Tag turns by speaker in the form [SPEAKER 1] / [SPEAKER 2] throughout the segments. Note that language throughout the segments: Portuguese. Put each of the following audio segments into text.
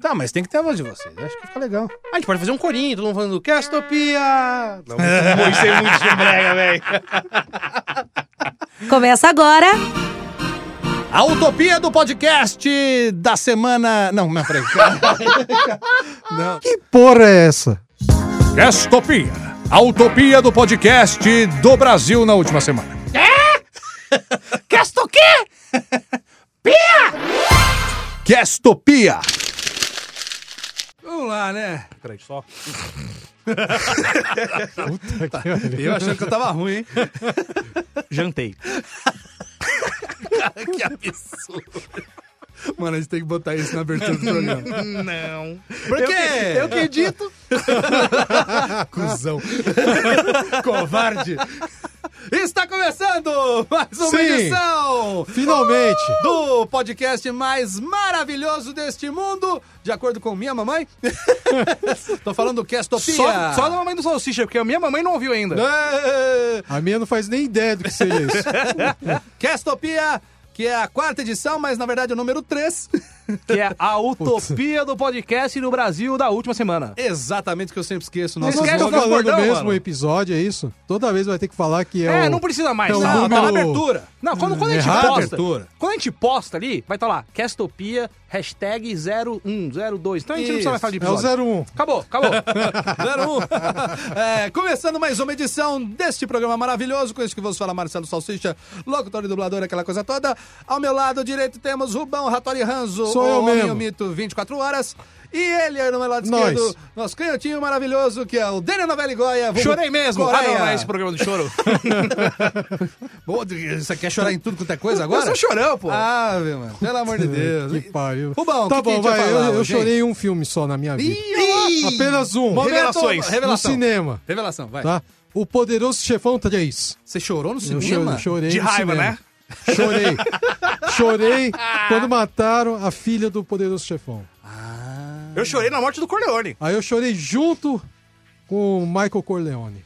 [SPEAKER 1] Tá, mas tem que ter a voz de vocês. Acho que fica legal.
[SPEAKER 2] Ah, a gente pode fazer um corinho, todo mundo falando Castopia! Não, muito, isso é muito chumbrega, velho.
[SPEAKER 3] Começa agora.
[SPEAKER 1] A utopia do podcast da semana. Não, não, peraí. não.
[SPEAKER 4] Que porra é essa?
[SPEAKER 1] Castopia. A utopia do podcast do Brasil na última semana.
[SPEAKER 2] Casto quê?
[SPEAKER 1] Castopia. Vamos lá, né?
[SPEAKER 2] Peraí, só.
[SPEAKER 1] Eu achando que eu tava ruim, hein?
[SPEAKER 5] Jantei.
[SPEAKER 2] Que absurdo.
[SPEAKER 1] Mano, a gente tem que botar isso na abertura do programa.
[SPEAKER 2] Não.
[SPEAKER 1] Por quê?
[SPEAKER 5] Eu que dito.
[SPEAKER 1] Cusão. Covarde. Está começando mais uma
[SPEAKER 4] Sim.
[SPEAKER 1] edição
[SPEAKER 4] Finalmente.
[SPEAKER 1] do podcast mais maravilhoso deste mundo, de acordo com minha mamãe. Tô falando do Castopia.
[SPEAKER 2] Só, só da mamãe do salsicha, porque a minha mamãe não ouviu ainda.
[SPEAKER 1] É,
[SPEAKER 4] A minha não faz nem ideia do que seria isso.
[SPEAKER 1] Castopia, que é a quarta edição, mas na verdade é o número 3.
[SPEAKER 2] Que é a utopia do podcast no Brasil da última semana.
[SPEAKER 1] Exatamente o que eu um sempre esqueço.
[SPEAKER 4] Nós
[SPEAKER 1] Nossa,
[SPEAKER 2] Esquece
[SPEAKER 4] estamos
[SPEAKER 2] o
[SPEAKER 4] falando
[SPEAKER 2] bordão,
[SPEAKER 4] o mesmo
[SPEAKER 2] mano.
[SPEAKER 4] episódio, é isso? Toda vez vai ter que falar que é,
[SPEAKER 2] É,
[SPEAKER 4] o...
[SPEAKER 2] não precisa mais.
[SPEAKER 4] Então,
[SPEAKER 2] não,
[SPEAKER 4] número-
[SPEAKER 2] tá Hum,
[SPEAKER 1] tá na abertura.
[SPEAKER 2] Não, quando, quando a gente
[SPEAKER 4] Errado.
[SPEAKER 2] posta.
[SPEAKER 1] Abertura.
[SPEAKER 2] Quando a gente posta ali, vai estar lá, Castopia, hashtag 0102. Então a gente não precisa mais falar de
[SPEAKER 4] É o
[SPEAKER 2] episódio.
[SPEAKER 4] 01.
[SPEAKER 2] Acabou, acabou.
[SPEAKER 1] 01. É, começando mais uma edição deste programa maravilhoso, com isso que vos fala Marcelo Salsicha, locutor e dublador, aquela coisa toda. Ao meu lado direito temos Rubão Ratori Ranzo,
[SPEAKER 4] Sou
[SPEAKER 1] o
[SPEAKER 4] eu
[SPEAKER 1] homem
[SPEAKER 4] mesmo.
[SPEAKER 1] o mito 24 horas. E ele, aí no meu lado
[SPEAKER 4] Nós.
[SPEAKER 1] esquerdo, nosso canhotinho maravilhoso, que é o Daniel Novelli Goya. vulgo
[SPEAKER 2] Chorei mesmo. Ah,
[SPEAKER 1] Coreia.
[SPEAKER 2] não, é esse programa do choro.
[SPEAKER 1] Pô, Você quer chorar em tudo quanto é coisa
[SPEAKER 2] Eu
[SPEAKER 1] agora?
[SPEAKER 2] sou chorão, pô.
[SPEAKER 1] Ah, meu mano, pelo amor de Deus.
[SPEAKER 4] Que pariu.
[SPEAKER 1] Rubão,
[SPEAKER 4] tá
[SPEAKER 1] que que a
[SPEAKER 4] bom,
[SPEAKER 1] gente vai
[SPEAKER 4] vai.
[SPEAKER 1] falar
[SPEAKER 4] eu eu
[SPEAKER 1] hoje,
[SPEAKER 4] chorei um filme só na minha vida.
[SPEAKER 1] Ih,
[SPEAKER 4] Apenas um.
[SPEAKER 1] Momento-
[SPEAKER 2] Revelações.
[SPEAKER 4] No
[SPEAKER 1] Revelação.
[SPEAKER 4] cinema,
[SPEAKER 1] Revelação, vai.
[SPEAKER 4] tá? O Poderoso Chefão tá, 3.
[SPEAKER 1] Você chorou no
[SPEAKER 4] Eu
[SPEAKER 1] cinema?
[SPEAKER 4] cho- chorei
[SPEAKER 2] De
[SPEAKER 4] no
[SPEAKER 2] raiva,
[SPEAKER 4] cinema.
[SPEAKER 2] né?
[SPEAKER 4] Chorei. Chorei quando mataram a filha do Poderoso Chefão.
[SPEAKER 2] Eu chorei na morte do Corleone.
[SPEAKER 4] Aí eu chorei junto com o Michael Corleone,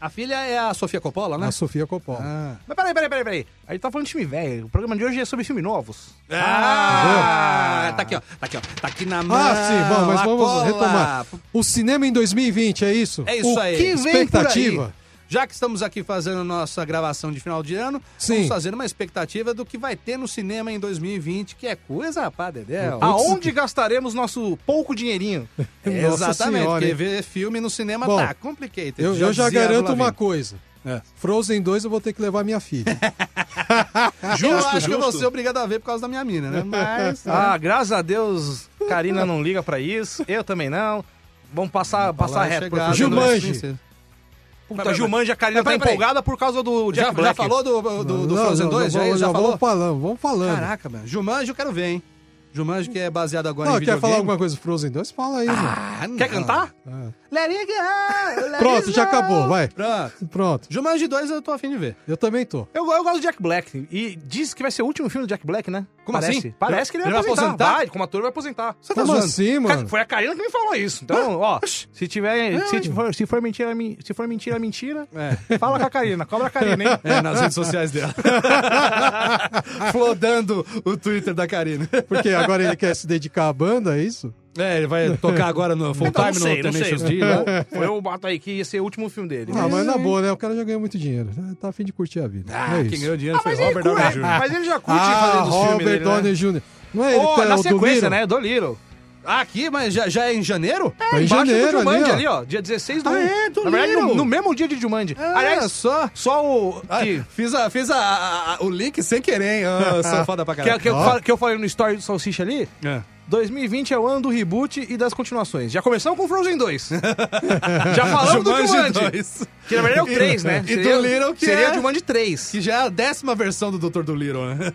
[SPEAKER 1] A filha é a Sofia Coppola, né?
[SPEAKER 4] a Sofia Coppola.
[SPEAKER 1] Ah.
[SPEAKER 2] Mas peraí, peraí, peraí, peraí. A gente tá falando de filme velho. O programa de hoje é sobre filmes novos.
[SPEAKER 1] Ah, tá aqui, ó. Tá aqui, ó. Tá aqui na mão.
[SPEAKER 4] Ah, sim, bom, mas
[SPEAKER 1] a
[SPEAKER 4] vamos
[SPEAKER 1] cola.
[SPEAKER 4] retomar. O cinema em 2020, é isso?
[SPEAKER 1] É isso
[SPEAKER 4] o
[SPEAKER 1] aí.
[SPEAKER 4] Que
[SPEAKER 1] Vem por aí.
[SPEAKER 4] expectativa?
[SPEAKER 1] Já que estamos aqui fazendo nossa gravação de final de ano,
[SPEAKER 4] Sim.
[SPEAKER 1] vamos fazer uma expectativa do que vai ter no cinema em 2020, que é coisa pá, Dedéu.
[SPEAKER 2] Aonde gastaremos nosso pouco dinheirinho?
[SPEAKER 4] Nossa
[SPEAKER 1] Exatamente,
[SPEAKER 4] senhora,
[SPEAKER 1] porque
[SPEAKER 4] hein?
[SPEAKER 1] ver filme no cinema
[SPEAKER 4] Bom,
[SPEAKER 1] tá complicado.
[SPEAKER 4] Eu, eu já garanto uma coisa.
[SPEAKER 1] É.
[SPEAKER 4] Frozen 2 eu vou ter que levar minha filha.
[SPEAKER 1] Justo, eu acho que eu vou ser obrigado a ver por causa da minha mina, né? Mas.
[SPEAKER 2] Ah, graças a Deus, Karina não liga pra isso. Eu também não. Vamos passar, passar
[SPEAKER 1] Lá
[SPEAKER 2] reto.
[SPEAKER 1] chegada
[SPEAKER 2] pro
[SPEAKER 1] das
[SPEAKER 2] filme do-
[SPEAKER 4] Jumanji.
[SPEAKER 1] princesas.
[SPEAKER 2] Puta, Jumanji, a Karina tá
[SPEAKER 1] Peraí, peraí.
[SPEAKER 2] empolgada por causa do Jack
[SPEAKER 1] Já, já
[SPEAKER 2] Black.
[SPEAKER 1] falou do, do, do
[SPEAKER 4] Não,
[SPEAKER 1] Frozen
[SPEAKER 4] não,
[SPEAKER 1] 2?
[SPEAKER 4] não,
[SPEAKER 1] Já,
[SPEAKER 4] vamos-
[SPEAKER 1] já
[SPEAKER 4] não,
[SPEAKER 1] falou?
[SPEAKER 4] Vamos falando, vamos falando.
[SPEAKER 1] Caraca, mano. Jumanji eu quero ver, hein? Jumanji que é baseado agora
[SPEAKER 4] Não,
[SPEAKER 1] em
[SPEAKER 4] quer
[SPEAKER 1] videogame.
[SPEAKER 4] falar alguma coisa do Frozen 2? Fala aí, mano.
[SPEAKER 1] Ah, não.
[SPEAKER 2] Quer cantar?
[SPEAKER 1] Let it go, let
[SPEAKER 4] Pronto,
[SPEAKER 1] it
[SPEAKER 4] já
[SPEAKER 1] go.
[SPEAKER 4] acabou, vai.
[SPEAKER 1] Pronto.
[SPEAKER 4] Pronto,
[SPEAKER 1] Jumanji 2 eu tô afim de ver.
[SPEAKER 4] eu também tô.
[SPEAKER 2] Eu, eu gosto do Jack Black. E diz que vai ser o último filme do Jack Black, né?
[SPEAKER 1] Como
[SPEAKER 2] Parece.
[SPEAKER 1] assim?
[SPEAKER 2] Parece que ele, vai aposentar. Vai, como ator, ele vai aposentar.
[SPEAKER 1] Você
[SPEAKER 4] Como
[SPEAKER 1] tá zoando?
[SPEAKER 4] assim,
[SPEAKER 2] Ca-
[SPEAKER 4] mano?
[SPEAKER 2] Foi a Karina que me falou isso. Então, ó, se tiver. Se, for, se for mentira, men- se for mentira, mentira.
[SPEAKER 1] É.
[SPEAKER 2] Fala com a Karina, cobra a Karina, hein?
[SPEAKER 1] É, nas redes sociais dela. Flodando o Twitter da Karina.
[SPEAKER 4] Porque agora ele quer se dedicar à banda, é isso?
[SPEAKER 1] É, ele vai tocar agora no full
[SPEAKER 2] Então,
[SPEAKER 1] time no Tenacious D. né?
[SPEAKER 2] Foi o bato aí que ia ser o último filme dele.
[SPEAKER 4] Ah, mas na boa, né? O cara já ganhou muito dinheiro. né? Tá afim de curtir a vida.
[SPEAKER 1] Ah,
[SPEAKER 4] é
[SPEAKER 1] é quem
[SPEAKER 4] isso.
[SPEAKER 1] ganhou dinheiro foi
[SPEAKER 2] ele
[SPEAKER 1] Robert
[SPEAKER 2] curte-
[SPEAKER 1] Downey Jr.
[SPEAKER 2] mas ele já curte
[SPEAKER 4] Ah,
[SPEAKER 2] fazer dos filmes
[SPEAKER 4] Robert
[SPEAKER 2] dele, né?
[SPEAKER 4] Downey Jr. Não é ele
[SPEAKER 2] Ô,
[SPEAKER 1] então,
[SPEAKER 4] que é
[SPEAKER 2] na
[SPEAKER 4] o do
[SPEAKER 2] sequência,
[SPEAKER 4] Little?
[SPEAKER 2] né? Do Little.
[SPEAKER 1] Ah, aqui, mas já, já é em janeiro?
[SPEAKER 4] Tá em
[SPEAKER 2] Embaixo
[SPEAKER 4] janeiro
[SPEAKER 2] do Jumanji ali
[SPEAKER 4] ali, ó.
[SPEAKER 2] ó. Dia 16 do
[SPEAKER 1] Ah,
[SPEAKER 2] 1.
[SPEAKER 1] é, do
[SPEAKER 2] Na verdade, no,
[SPEAKER 1] Little.
[SPEAKER 2] no mesmo dia de Jumanji.
[SPEAKER 1] Ah,
[SPEAKER 2] Aliás,
[SPEAKER 1] só. Ah,
[SPEAKER 2] só o... Que,
[SPEAKER 1] Ai, fiz a, fiz a, a- a- o link sem querer, hein? Ah, Eu sou foda pra
[SPEAKER 2] que,
[SPEAKER 1] caralho.
[SPEAKER 2] que eu,
[SPEAKER 4] Ó.
[SPEAKER 2] fal- que eu falei no story do Salsicha ali,
[SPEAKER 1] É.
[SPEAKER 2] 2020 é o ano do reboot e das continuações. Já começamos com Frozen 2. Já falamos do Jumanji.
[SPEAKER 1] dois.
[SPEAKER 2] Que na verdade é o 3, né?
[SPEAKER 1] E do Little que
[SPEAKER 2] seria
[SPEAKER 1] é-
[SPEAKER 2] Jumanji 3.
[SPEAKER 1] Que já é a décima versão do Dr. do Little, né?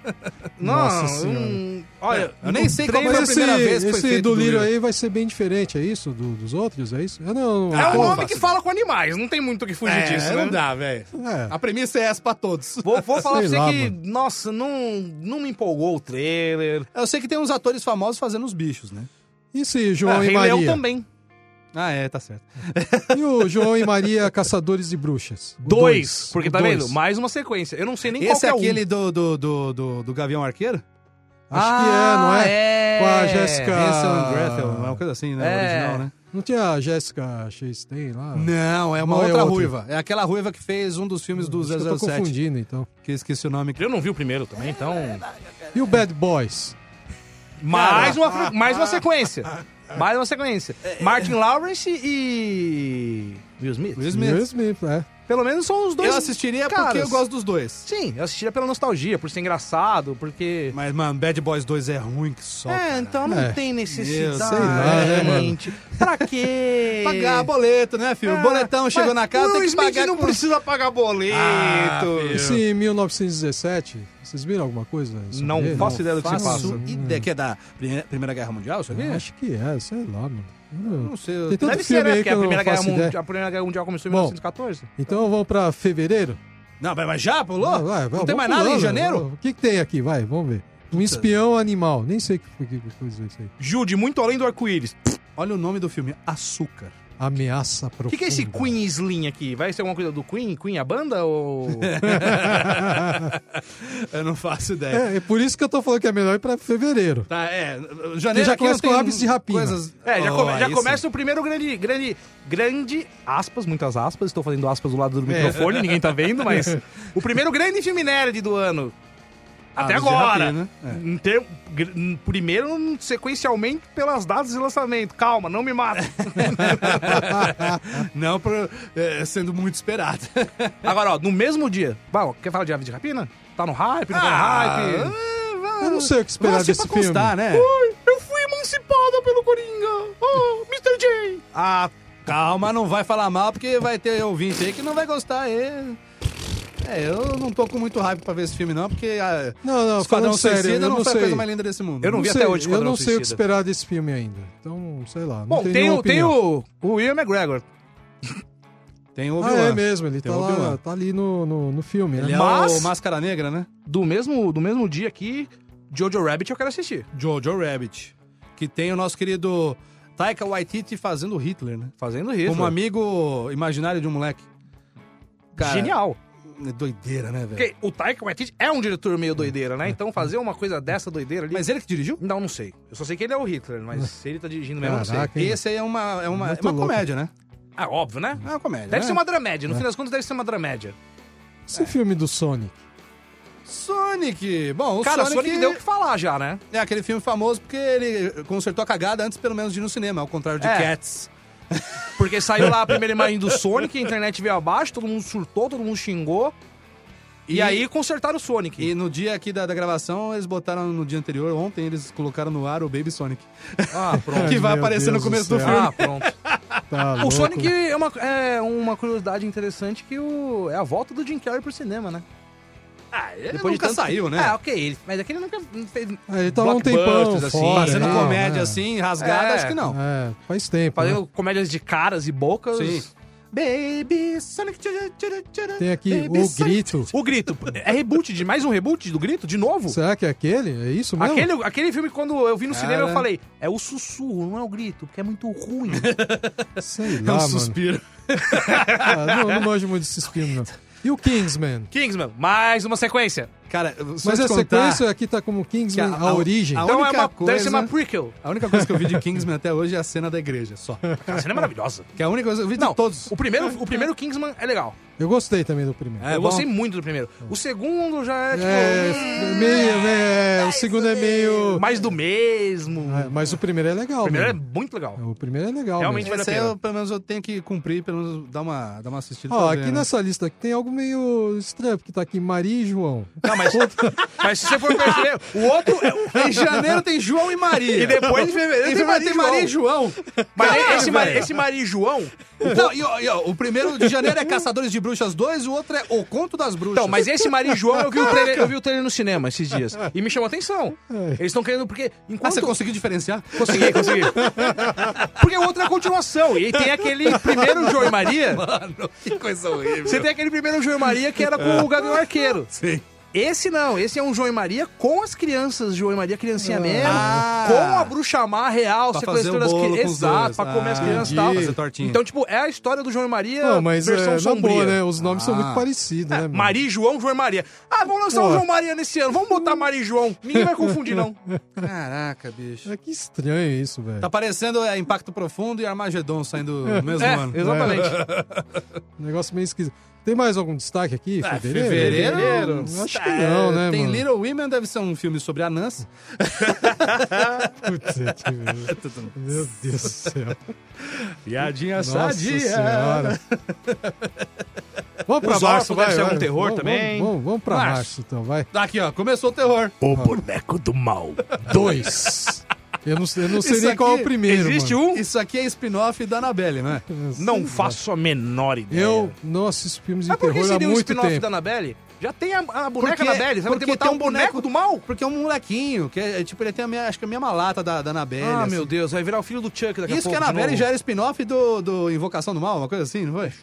[SPEAKER 2] Não,
[SPEAKER 4] Nossa Senhora. É,
[SPEAKER 2] hum, olha,
[SPEAKER 1] Eu nem sei como foi a
[SPEAKER 4] Mas esse,
[SPEAKER 1] primeira vez que foi
[SPEAKER 4] esse
[SPEAKER 1] feito
[SPEAKER 4] do
[SPEAKER 1] do
[SPEAKER 4] Little
[SPEAKER 1] Little.
[SPEAKER 4] aí vai ser bem diferente, é isso? Do- dos outros, é isso? Eu não.
[SPEAKER 2] É um
[SPEAKER 4] pô,
[SPEAKER 2] nome que fala com animais, não tem muito o que fugir disso, né?
[SPEAKER 1] É, não dá, velho.
[SPEAKER 4] É.
[SPEAKER 1] A premissa é essa pra todos.
[SPEAKER 2] Vou, vou falar pra
[SPEAKER 4] Sei
[SPEAKER 2] você
[SPEAKER 4] lá,
[SPEAKER 2] que, nossa, não, não me empolgou o trailer.
[SPEAKER 1] Eu sei que tem uns atores famosos fazendo os bichos, né?
[SPEAKER 4] E se
[SPEAKER 2] Ah,
[SPEAKER 4] João e
[SPEAKER 2] Rei Leão
[SPEAKER 4] Maria?
[SPEAKER 2] também.
[SPEAKER 1] Ah, é, tá certo.
[SPEAKER 4] E o João e Maria Caçadores de Bruxas? O
[SPEAKER 2] Dois, porque
[SPEAKER 4] o
[SPEAKER 2] tá
[SPEAKER 4] dois.
[SPEAKER 2] vendo? Mais uma sequência. Eu não sei nem
[SPEAKER 1] Esse é
[SPEAKER 2] qual que é o um.
[SPEAKER 1] aquele do, do, do, do, do Gavião Arqueiro?
[SPEAKER 4] Acho que é, não é?
[SPEAKER 2] é?
[SPEAKER 4] Com a Jéssica.
[SPEAKER 1] Hansel and Gretel, Ah, é uma coisa assim, né?
[SPEAKER 2] É.
[SPEAKER 1] O original, né?
[SPEAKER 4] Não tinha a Jéssica Chastain lá?
[SPEAKER 1] Não, é uma
[SPEAKER 4] Não, é
[SPEAKER 1] outra
[SPEAKER 4] outra.
[SPEAKER 1] ruiva. É aquela ruiva que fez um dos filmes do
[SPEAKER 4] Acho que eu tô
[SPEAKER 1] 007.
[SPEAKER 4] confundindo, então.
[SPEAKER 1] Que eu esqueci o nome.
[SPEAKER 2] Eu não vi o primeiro também, então.
[SPEAKER 4] E o Bad Boys?
[SPEAKER 2] Mais uma, fran- mais uma sequência. Mais uma sequência.
[SPEAKER 4] É,
[SPEAKER 2] Martin Lawrence e. Will Smith.
[SPEAKER 1] Will Smith.
[SPEAKER 4] Will Smith, é.
[SPEAKER 2] Pelo menos são os dois.
[SPEAKER 1] Eu assistiria porque
[SPEAKER 2] caras.
[SPEAKER 1] eu gosto dos dois.
[SPEAKER 2] Sim, eu assistiria pela nostalgia, por ser engraçado, porque.
[SPEAKER 1] Mas, mano, Bad Boys 2 é ruim que só.
[SPEAKER 2] É,
[SPEAKER 1] cara.
[SPEAKER 2] então não
[SPEAKER 4] É.
[SPEAKER 2] tem necessidade.
[SPEAKER 1] Eu sei lá,
[SPEAKER 4] né, mano?
[SPEAKER 2] gente. Pra quê?
[SPEAKER 1] Pagar boleto, né, filho?
[SPEAKER 2] É,
[SPEAKER 1] o boletão chegou
[SPEAKER 2] mas
[SPEAKER 1] na casa,
[SPEAKER 2] o
[SPEAKER 1] tem que
[SPEAKER 2] Smith
[SPEAKER 1] pagar
[SPEAKER 2] não
[SPEAKER 1] com-
[SPEAKER 2] precisa pagar boleto.
[SPEAKER 1] Ah, filho.
[SPEAKER 4] Esse 1917, vocês viram alguma coisa? sobre
[SPEAKER 2] Não
[SPEAKER 4] ele?
[SPEAKER 2] faço ideia do que se
[SPEAKER 1] Faço
[SPEAKER 2] passa.
[SPEAKER 4] Hum.
[SPEAKER 1] ideia. Que é da Prime- Primeira Guerra Mundial, isso aqui?
[SPEAKER 4] Eu Acho que é, sei lá, mano. Eu não-
[SPEAKER 1] Não sei. eu-
[SPEAKER 4] Tem tanto
[SPEAKER 2] Deve ser,
[SPEAKER 4] filme
[SPEAKER 2] né?
[SPEAKER 4] aí
[SPEAKER 2] Porque
[SPEAKER 4] que eu
[SPEAKER 2] a
[SPEAKER 4] não
[SPEAKER 2] primeira, Guerra
[SPEAKER 4] faço ideia.
[SPEAKER 2] Mundial, a primeira Guerra Mundial começou em
[SPEAKER 4] Bom.
[SPEAKER 2] 1914.
[SPEAKER 4] Então vamos pra fevereiro?
[SPEAKER 1] Não, mas- mas já
[SPEAKER 2] Oh,
[SPEAKER 1] pulou?
[SPEAKER 4] Ah,
[SPEAKER 1] Não,
[SPEAKER 4] vai, vai,
[SPEAKER 1] tem
[SPEAKER 4] vamos
[SPEAKER 1] mais nada em
[SPEAKER 4] pulando,
[SPEAKER 1] janeiro?
[SPEAKER 4] vamos. O que, que tem aqui? Vai, vamos ver. Um espião animal. Nem sei o que foi que coisa é isso aí.
[SPEAKER 2] Jude, muito além do arco-íris.
[SPEAKER 1] Olha o nome do filme, Açúcar.
[SPEAKER 4] Ameaça
[SPEAKER 2] O
[SPEAKER 4] profunda.
[SPEAKER 2] que, que é esse Queen Slim aqui? Vai ser alguma coisa do Queen? Queen a banda ou.
[SPEAKER 1] Eu não faço ideia.
[SPEAKER 4] É, é por isso que eu tô falando que é melhor ir pra fevereiro.
[SPEAKER 1] Tá, é.
[SPEAKER 4] Porque
[SPEAKER 1] Janeiro
[SPEAKER 4] já
[SPEAKER 1] aqui não
[SPEAKER 4] começa com
[SPEAKER 1] tem
[SPEAKER 4] aves de rapina.
[SPEAKER 1] Coisas...
[SPEAKER 2] É, já,
[SPEAKER 1] Oh,
[SPEAKER 2] come- já
[SPEAKER 1] aí sim.
[SPEAKER 2] começa o primeiro grande, grande, grande, aspas, muitas aspas, estou fazendo aspas do lado do microfone, ninguém tá vendo, mas o primeiro grande filme nerd do ano. Até
[SPEAKER 1] Aves de
[SPEAKER 2] agora.
[SPEAKER 1] rapina, é.
[SPEAKER 2] Em ter- gr- em Primeiro, sequencialmente, pelas datas de lançamento. Calma, não me mata.
[SPEAKER 1] Não por, é, sendo muito esperado.
[SPEAKER 2] Agora, ó, no mesmo dia. Vai, ó, quer falar de Ave de Rapina? Tá no hype, não tá no hype?
[SPEAKER 4] Eu não sei o que esperar
[SPEAKER 1] Vamos
[SPEAKER 4] desse
[SPEAKER 1] pra
[SPEAKER 4] filme. Uh!
[SPEAKER 1] constar, né?
[SPEAKER 2] Eu fui emancipada pelo Coringa! Oh, Mr. J!
[SPEAKER 1] Ah, calma, não vai falar mal, porque vai ter ouvinte aí que não vai gostar. É, é eu não tô com muito hype pra ver esse filme, não, porque a
[SPEAKER 4] Não, não,
[SPEAKER 1] Esquadrão
[SPEAKER 4] falando sério,
[SPEAKER 1] Suicida
[SPEAKER 4] eu
[SPEAKER 1] não
[SPEAKER 4] não
[SPEAKER 1] foi a
[SPEAKER 4] sei.
[SPEAKER 1] coisa mais linda desse mundo.
[SPEAKER 2] Eu não vi até
[SPEAKER 4] sei,
[SPEAKER 2] hoje
[SPEAKER 4] Eu
[SPEAKER 2] Esquadrão
[SPEAKER 4] não sei o que
[SPEAKER 2] Suicida.
[SPEAKER 4] esperar desse filme ainda. Então, sei lá. não
[SPEAKER 2] Bom,
[SPEAKER 4] tenho
[SPEAKER 2] tem,
[SPEAKER 4] nenhuma
[SPEAKER 2] o, tem
[SPEAKER 4] opinião.
[SPEAKER 2] o, o Will McGregor.
[SPEAKER 1] Tem o
[SPEAKER 4] Ah,
[SPEAKER 1] Obi-Wan.
[SPEAKER 4] é mesmo, ele
[SPEAKER 1] Tem
[SPEAKER 4] tá,
[SPEAKER 1] o Obi-Wan.
[SPEAKER 4] lá, tá ali no, no, no filme,
[SPEAKER 1] Ele
[SPEAKER 4] né?
[SPEAKER 1] é
[SPEAKER 2] Mas-
[SPEAKER 1] o Máscara Negra, né?
[SPEAKER 2] Do mesmo, do mesmo dia que Jojo Rabbit eu quero assistir.
[SPEAKER 1] Jojo Rabbit. Que tem o nosso querido Taika Waititi fazendo Hitler, né?
[SPEAKER 2] Fazendo isso.
[SPEAKER 1] Como amigo imaginário de um moleque. Cara,
[SPEAKER 2] Genial.
[SPEAKER 1] É doideira, né, velho?
[SPEAKER 2] Porque o Taika Waititi é um diretor meio doideira, né? Então fazer uma coisa dessa doideira ali...
[SPEAKER 1] Mas ele Hum. que dirigiu?
[SPEAKER 2] Não, não sei. Eu só sei que ele é o Hitler, mas se ele tá dirigindo mesmo, eu não sei.
[SPEAKER 4] Caraca, hein?
[SPEAKER 1] Esse aí é uma, é uma, é
[SPEAKER 4] Muito
[SPEAKER 1] uma
[SPEAKER 4] louco.
[SPEAKER 1] comédia, né?
[SPEAKER 2] Ah, óbvio, né?
[SPEAKER 1] É uma comédia.
[SPEAKER 2] Deve
[SPEAKER 1] né?
[SPEAKER 2] ser uma dramédia. No fim das contas, deve ser uma dramédia.
[SPEAKER 1] é.
[SPEAKER 4] Esse filme do Sonic.
[SPEAKER 1] Sonic! Bom, o
[SPEAKER 2] Cara,
[SPEAKER 1] Sonic,
[SPEAKER 2] Sonic... Sonic deu o que falar já, né?
[SPEAKER 1] é aquele filme famoso porque ele consertou a cagada antes, pelo menos, de ir no cinema, ao contrário de
[SPEAKER 2] É.
[SPEAKER 1] Cats.
[SPEAKER 2] Porque saiu lá a primeira imagem do Sonic, a internet veio abaixo, todo mundo surtou, todo mundo xingou. E,
[SPEAKER 1] E-
[SPEAKER 2] aí consertaram o Sonic.
[SPEAKER 1] E no dia aqui da, da gravação, eles botaram no dia anterior, ontem, eles colocaram no ar o Baby Sonic.
[SPEAKER 2] Ah, pronto.
[SPEAKER 1] que vai
[SPEAKER 4] Meu
[SPEAKER 1] aparecer
[SPEAKER 4] Deus
[SPEAKER 1] no começo do,
[SPEAKER 4] céu.
[SPEAKER 1] filme.
[SPEAKER 2] Ah, pronto.
[SPEAKER 4] Tá
[SPEAKER 2] O
[SPEAKER 4] louco.
[SPEAKER 2] Sonic é uma, é uma curiosidade interessante que o, é a volta do Jim Carrey pro cinema, né?
[SPEAKER 1] Ah, ele
[SPEAKER 2] Depois de
[SPEAKER 1] nunca
[SPEAKER 2] tanto-
[SPEAKER 1] saiu, né?
[SPEAKER 2] Ah, ok. Ele, mas aquele nunca fez...
[SPEAKER 4] Ah, ele tava um tempão
[SPEAKER 2] blockbusters, assim,
[SPEAKER 4] fora,
[SPEAKER 1] Fazendo
[SPEAKER 4] né?
[SPEAKER 1] comédia
[SPEAKER 4] É.
[SPEAKER 1] assim, rasgada,
[SPEAKER 2] É.
[SPEAKER 1] acho que não.
[SPEAKER 4] É, faz tempo. né?
[SPEAKER 2] Fazendo comédias de caras e bocas.
[SPEAKER 1] Sim. Baby Sonic. tchara, tchara, tchara,
[SPEAKER 4] Tem aqui
[SPEAKER 1] Baby
[SPEAKER 4] o
[SPEAKER 1] Sonic.
[SPEAKER 4] grito.
[SPEAKER 2] O Grito. É reboot de mais um reboot do Grito? De novo?
[SPEAKER 4] Será que é aquele? É isso mesmo?
[SPEAKER 2] Aquele, aquele filme, quando eu vi no
[SPEAKER 1] Cara.
[SPEAKER 2] cinema, eu falei, é o sussurro, não é o grito, porque é muito ruim.
[SPEAKER 4] Sei
[SPEAKER 1] É
[SPEAKER 4] lá,
[SPEAKER 1] um
[SPEAKER 4] mano.
[SPEAKER 1] suspiro.
[SPEAKER 4] Ah, não, não manjo muito desses filmes, não. E o Kingsman?
[SPEAKER 2] Kingsman, mais uma sequência.
[SPEAKER 1] Cara, se
[SPEAKER 4] Mas
[SPEAKER 1] eu
[SPEAKER 4] a
[SPEAKER 1] te contar,
[SPEAKER 4] sequência aqui tá como Kingsman,
[SPEAKER 1] Que
[SPEAKER 4] a,
[SPEAKER 1] a- a-
[SPEAKER 4] origem.
[SPEAKER 1] a-
[SPEAKER 2] Então é
[SPEAKER 1] única
[SPEAKER 2] uma, deve ser
[SPEAKER 1] coisa-
[SPEAKER 2] uma prequel.
[SPEAKER 1] a única coisa que eu vi de Kingsman até hoje é a cena da igreja, só.
[SPEAKER 2] A cena é maravilhosa.
[SPEAKER 1] Que é a única coisa que eu vi
[SPEAKER 2] Não,
[SPEAKER 1] de todos.
[SPEAKER 2] O primeiro, o primeiro Kingsman é legal.
[SPEAKER 4] Eu gostei também do primeiro.
[SPEAKER 1] É
[SPEAKER 2] eu
[SPEAKER 1] bom.
[SPEAKER 2] gostei muito do primeiro. O segundo já é, tipo...
[SPEAKER 4] É,
[SPEAKER 2] hum,
[SPEAKER 4] meio, né? O segundo é meio.
[SPEAKER 2] mais do mesmo.
[SPEAKER 1] Ah,
[SPEAKER 4] É, Mas o primeiro é legal.
[SPEAKER 2] o primeiro é
[SPEAKER 4] mesmo.
[SPEAKER 2] muito legal.
[SPEAKER 4] O primeiro é legal.
[SPEAKER 2] Realmente
[SPEAKER 4] mesmo.
[SPEAKER 2] vale a
[SPEAKER 1] Esse aí,
[SPEAKER 2] pena.
[SPEAKER 1] eu, pelo menos, eu tenho que cumprir, pelo menos dar uma, dar uma assistida.
[SPEAKER 4] Ó,
[SPEAKER 1] pra ver,
[SPEAKER 4] aqui
[SPEAKER 1] né?
[SPEAKER 4] nessa lista aqui tem algo meio estranho, porque tá aqui Maria e João.
[SPEAKER 2] Não, mas, mas se você for perceber, o outro... é-
[SPEAKER 1] Em janeiro tem João e Maria.
[SPEAKER 2] E depois em fevereiro
[SPEAKER 1] Em
[SPEAKER 2] tem
[SPEAKER 1] fevereiro
[SPEAKER 2] Maria
[SPEAKER 1] tem
[SPEAKER 2] e
[SPEAKER 1] Maria e João.
[SPEAKER 2] Mas
[SPEAKER 1] Caralho,
[SPEAKER 2] esse, Mari-
[SPEAKER 1] velho.
[SPEAKER 2] esse Mari João...
[SPEAKER 1] Não, e, ó, e, ó, o primeiro de janeiro é Caçadores de Bruxas 2, o outro é O Conto das Bruxas.
[SPEAKER 2] Então, mas esse Mari João, eu vi, o trailer, eu vi o trailer no cinema esses dias. E me chamou a atenção. Eles estão querendo, porque...
[SPEAKER 1] Ah,
[SPEAKER 2] Enquanto
[SPEAKER 1] você conseguiu diferenciar?
[SPEAKER 2] Consegui, consegui. Porque o outro é a continuação. E tem aquele primeiro João e Maria.
[SPEAKER 1] Mano, que coisa horrível. É.
[SPEAKER 2] Você tem aquele primeiro João e Maria que era com o Gavião Arqueiro.
[SPEAKER 1] Sim.
[SPEAKER 2] Esse não, esse é um João e Maria com as crianças, João e Maria criancinha mesmo,
[SPEAKER 1] Ah.
[SPEAKER 2] com a bruxa má real,
[SPEAKER 1] Pra
[SPEAKER 2] sequestrando
[SPEAKER 1] fazer o
[SPEAKER 2] as
[SPEAKER 1] bolo com
[SPEAKER 2] crianças.
[SPEAKER 1] os
[SPEAKER 2] Tipo, Exato,
[SPEAKER 1] dois.
[SPEAKER 2] pra comer as
[SPEAKER 1] Ah,
[SPEAKER 2] crianças e
[SPEAKER 4] entendi.
[SPEAKER 2] tal.
[SPEAKER 1] Fazer tortinha.
[SPEAKER 2] Então, tipo, é a história do João e Maria
[SPEAKER 4] Não, mas
[SPEAKER 2] versão
[SPEAKER 4] é, na
[SPEAKER 2] sombria.
[SPEAKER 4] boa, né? Os nomes são muito
[SPEAKER 1] Ah.
[SPEAKER 4] parecidos, né?
[SPEAKER 2] É,
[SPEAKER 4] mano?
[SPEAKER 2] Maria e João, João e Maria. Ah, vamos lançar o
[SPEAKER 4] Pô.
[SPEAKER 2] João Maria nesse ano. Vamos botar Maria e João. Ninguém vai confundir, não.
[SPEAKER 1] Caraca, bicho.
[SPEAKER 4] É que estranho isso, velho.
[SPEAKER 1] Tá parecendo é, Impacto Profundo e Armagedon saindo no mesmo
[SPEAKER 2] é,
[SPEAKER 1] ano.
[SPEAKER 2] exatamente.
[SPEAKER 4] Um negócio meio esquisito. Tem mais algum destaque aqui?
[SPEAKER 1] Ah,
[SPEAKER 4] fevereiro?
[SPEAKER 1] fevereiro? É,
[SPEAKER 4] Acho que não, né,
[SPEAKER 1] Tem
[SPEAKER 4] mano?
[SPEAKER 1] Little Women, deve ser um filme sobre anãs.
[SPEAKER 4] Putz, é que- Meu Deus do céu.
[SPEAKER 2] um- Piadinha
[SPEAKER 4] Nossa senhora. Vamos pra
[SPEAKER 2] Os
[SPEAKER 4] março,
[SPEAKER 2] órfãos
[SPEAKER 4] vai.
[SPEAKER 2] deve ser
[SPEAKER 4] vai.
[SPEAKER 2] algum terror
[SPEAKER 4] vamos,
[SPEAKER 2] também.
[SPEAKER 4] Vamos, vamos, vamos pra
[SPEAKER 2] Março.
[SPEAKER 4] março. então, vai.
[SPEAKER 1] Aqui, ó, começou o terror.
[SPEAKER 2] O boneco do mal.
[SPEAKER 4] Dois. Eu não, eu não sei
[SPEAKER 1] Isso
[SPEAKER 4] nem qual é
[SPEAKER 1] aqui
[SPEAKER 4] o primeiro.
[SPEAKER 2] Existe
[SPEAKER 4] mano.
[SPEAKER 2] um?
[SPEAKER 1] Isso aqui é spin-off da Annabelle, né?
[SPEAKER 2] Não faço a menor ideia.
[SPEAKER 4] Eu não assisto filmes de
[SPEAKER 2] É. Mas por que
[SPEAKER 4] terror há
[SPEAKER 2] seria um
[SPEAKER 4] muito
[SPEAKER 2] spin-off
[SPEAKER 4] tempo.
[SPEAKER 2] da Annabelle? Já tem a, a boneca
[SPEAKER 1] Porque-
[SPEAKER 2] Annabelle. Você vai ter que
[SPEAKER 1] porque
[SPEAKER 2] botar
[SPEAKER 1] tem
[SPEAKER 2] um boneco do mal?
[SPEAKER 1] Porque é um molequinho, que é, tipo, ele tem a minha, acho que a mesma lata da, da Annabelle.
[SPEAKER 2] Ah,
[SPEAKER 1] assim.
[SPEAKER 2] meu Deus, vai virar o filho do Chuck daqui
[SPEAKER 1] Isso
[SPEAKER 2] a
[SPEAKER 1] que
[SPEAKER 2] pouco.
[SPEAKER 1] a
[SPEAKER 2] de
[SPEAKER 1] Annabelle
[SPEAKER 2] novo.
[SPEAKER 1] já era spin-off do, do Invocação do Mal, uma coisa assim, não foi?
[SPEAKER 2] é-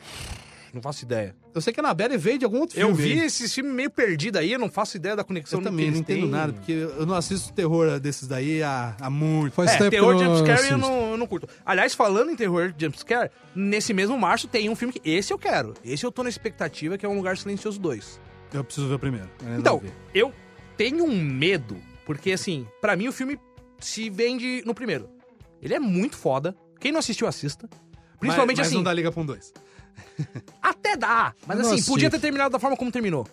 [SPEAKER 2] Não faço ideia.
[SPEAKER 1] Eu sei que a Annabelle veio de algum outro
[SPEAKER 2] Eu
[SPEAKER 1] filme.
[SPEAKER 2] vi
[SPEAKER 1] aí.
[SPEAKER 2] esse filme meio perdido aí, eu não faço ideia da conexão
[SPEAKER 1] Eu
[SPEAKER 2] que
[SPEAKER 1] também
[SPEAKER 2] eles
[SPEAKER 1] não entendo
[SPEAKER 2] têm.
[SPEAKER 1] nada, porque eu não assisto terror desses daí há, há muito.
[SPEAKER 4] Faz
[SPEAKER 2] É,
[SPEAKER 4] tempo
[SPEAKER 2] terror
[SPEAKER 4] que eu não
[SPEAKER 2] jumpscare eu
[SPEAKER 4] assisto.
[SPEAKER 2] não, eu não curto. Aliás, falando em terror jumpscare, nesse mesmo março tem um filme que esse eu quero. Esse eu tô na expectativa, que é Um Lugar Silencioso 2.
[SPEAKER 1] Eu preciso ver o primeiro. Eu ainda não
[SPEAKER 2] Então,
[SPEAKER 1] vi.
[SPEAKER 2] eu tenho um medo, porque assim, pra mim o filme se vende no primeiro. Ele é muito foda. Quem não assistiu, assista. Principalmente
[SPEAKER 1] mas, mas
[SPEAKER 2] assim,
[SPEAKER 1] não dá liga pra um dois.
[SPEAKER 2] até dá, mas
[SPEAKER 4] Eu não
[SPEAKER 2] assim, podia
[SPEAKER 4] assisto.
[SPEAKER 2] ter terminado da forma como terminou.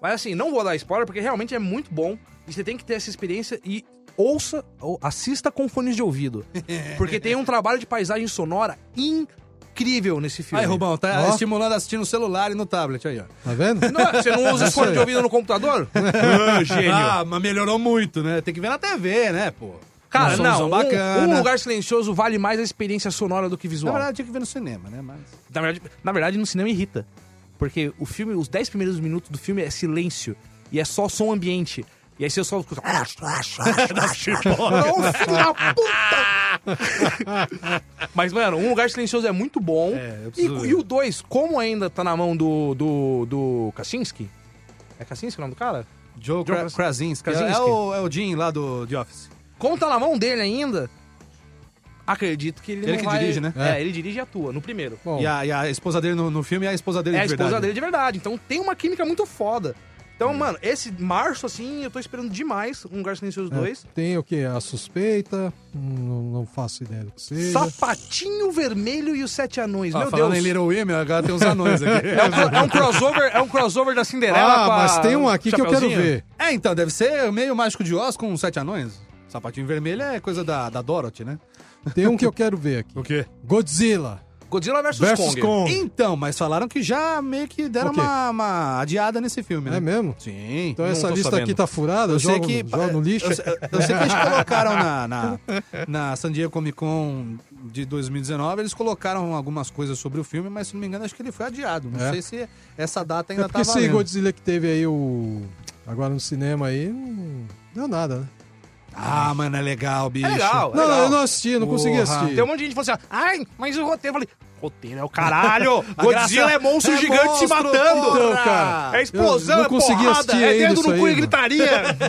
[SPEAKER 2] Mas assim, não vou dar spoiler, porque realmente é muito bom. E você tem que ter essa experiência e ouça, ou assista com fones de ouvido. Porque tem um trabalho de paisagem sonora incrível nesse filme.
[SPEAKER 1] Aí, Rubão, tá
[SPEAKER 4] Ó.
[SPEAKER 1] estimulando a assistir no celular e no tablet aí, ó.
[SPEAKER 4] Tá vendo?
[SPEAKER 2] Não, você não usa
[SPEAKER 4] Isso
[SPEAKER 2] fone
[SPEAKER 4] aí.
[SPEAKER 2] de ouvido no computador? Ah, Gênio.
[SPEAKER 1] Ah, mas melhorou muito, né? Tem que ver na TV, né, pô?
[SPEAKER 2] Cara,
[SPEAKER 1] Uma
[SPEAKER 2] não,
[SPEAKER 1] solução
[SPEAKER 2] um,
[SPEAKER 1] bacana. É
[SPEAKER 2] um lugar silencioso vale mais a experiência sonora do que
[SPEAKER 1] Na
[SPEAKER 2] visual.
[SPEAKER 1] verdade, tinha que ver no cinema, né? Mas...
[SPEAKER 2] Na verdade, na verdade, no cinema irrita. Porque o filme, os 10 primeiros minutos do filme é silêncio. E é só som ambiente. E aí você só escuta. Ô, filho da puta! Mas, mano, um lugar silencioso é muito bom.
[SPEAKER 1] É, eu preciso
[SPEAKER 2] e,
[SPEAKER 1] ver.
[SPEAKER 2] e o 2, como ainda tá na mão do. do. do Kaczynski? É Kaczynski o nome do cara?
[SPEAKER 1] Joe,
[SPEAKER 2] Joe
[SPEAKER 1] Kra- Krasinski.
[SPEAKER 2] Krasinski.
[SPEAKER 1] É, o, é o Jim lá do The Office.
[SPEAKER 2] Como tá na mão dele ainda, acredito que ele,
[SPEAKER 1] Ele
[SPEAKER 2] não
[SPEAKER 1] que
[SPEAKER 2] vai-
[SPEAKER 1] dirige, né?
[SPEAKER 2] É, ele dirige e atua, no primeiro.
[SPEAKER 4] Bom,
[SPEAKER 1] E a, e a esposa dele no, no filme é a esposa dele
[SPEAKER 2] é a
[SPEAKER 1] de
[SPEAKER 2] esposa
[SPEAKER 1] verdade.
[SPEAKER 2] dele de verdade. Então tem uma química muito foda. Então,
[SPEAKER 4] Hum.
[SPEAKER 2] mano, esse março, assim, eu tô esperando demais um Lugar Silencioso
[SPEAKER 4] é,
[SPEAKER 2] 2.
[SPEAKER 4] tem o quê? A suspeita. Não, não faço ideia do que seja.
[SPEAKER 2] Sapatinho Vermelho e os Sete Anões.
[SPEAKER 1] Ah,
[SPEAKER 2] Meu
[SPEAKER 1] falando
[SPEAKER 2] Deus.
[SPEAKER 1] em Little Women, agora tem uns anões
[SPEAKER 2] É um,
[SPEAKER 1] aqui.
[SPEAKER 2] cro- é um crossover, é um crossover da Cinderela
[SPEAKER 4] Ah,
[SPEAKER 2] com a-
[SPEAKER 4] mas tem um aqui que eu quero
[SPEAKER 2] Chapeuzinho.
[SPEAKER 4] ver.
[SPEAKER 1] é, então, deve ser meio Mágico de Oz com sete anões. Sapatinho vermelho é coisa da, da Dorothy, né?
[SPEAKER 4] Tem um que eu quero ver aqui.
[SPEAKER 1] quê?
[SPEAKER 4] Godzilla.
[SPEAKER 2] Godzilla vs
[SPEAKER 4] Versus
[SPEAKER 2] Kong.
[SPEAKER 4] Kong.
[SPEAKER 1] Então, mas falaram que já meio que deram
[SPEAKER 4] O quê?
[SPEAKER 1] uma, uma adiada nesse filme, né?
[SPEAKER 4] É mesmo?
[SPEAKER 1] Sim.
[SPEAKER 4] Então
[SPEAKER 1] Não
[SPEAKER 4] essa
[SPEAKER 1] tô
[SPEAKER 4] lista
[SPEAKER 1] sabendo.
[SPEAKER 4] aqui tá furada, eu
[SPEAKER 1] Eu sei
[SPEAKER 4] jogo,
[SPEAKER 1] que.
[SPEAKER 4] jogo no lixo.
[SPEAKER 1] Eu, sei- eu sei que eles colocaram na, na, na San Diego Comic Con de 2019, eles colocaram algumas coisas sobre o filme, mas se não me engano, acho que ele foi adiado. Não
[SPEAKER 4] É.
[SPEAKER 1] sei se essa data
[SPEAKER 4] É
[SPEAKER 1] ainda tá
[SPEAKER 4] porque esse
[SPEAKER 1] valendo.
[SPEAKER 4] Godzilla que teve aí o. Agora no cinema aí, não deu nada, né?
[SPEAKER 1] Ah, mano, é legal, bicho.
[SPEAKER 2] É legal, é
[SPEAKER 4] Não,
[SPEAKER 2] legal.
[SPEAKER 4] eu não assisti, eu não consegui
[SPEAKER 1] Porra.
[SPEAKER 4] assistir.
[SPEAKER 2] Tem um monte de gente que falou assim, ai, mas o roteiro... Eu falei, roteiro é o caralho.
[SPEAKER 1] A
[SPEAKER 2] Godzilla
[SPEAKER 1] graça-
[SPEAKER 2] é monstro
[SPEAKER 1] é
[SPEAKER 2] gigante se
[SPEAKER 1] monstro,
[SPEAKER 2] matando.
[SPEAKER 1] porra!
[SPEAKER 4] Então, cara,
[SPEAKER 2] É explosão,
[SPEAKER 4] Eu não
[SPEAKER 2] é
[SPEAKER 4] consegui
[SPEAKER 2] porrada,
[SPEAKER 4] assistir
[SPEAKER 2] é
[SPEAKER 4] ainda
[SPEAKER 2] dedo
[SPEAKER 4] isso
[SPEAKER 2] no
[SPEAKER 4] aí,
[SPEAKER 2] cu e
[SPEAKER 4] mano.
[SPEAKER 2] gritaria.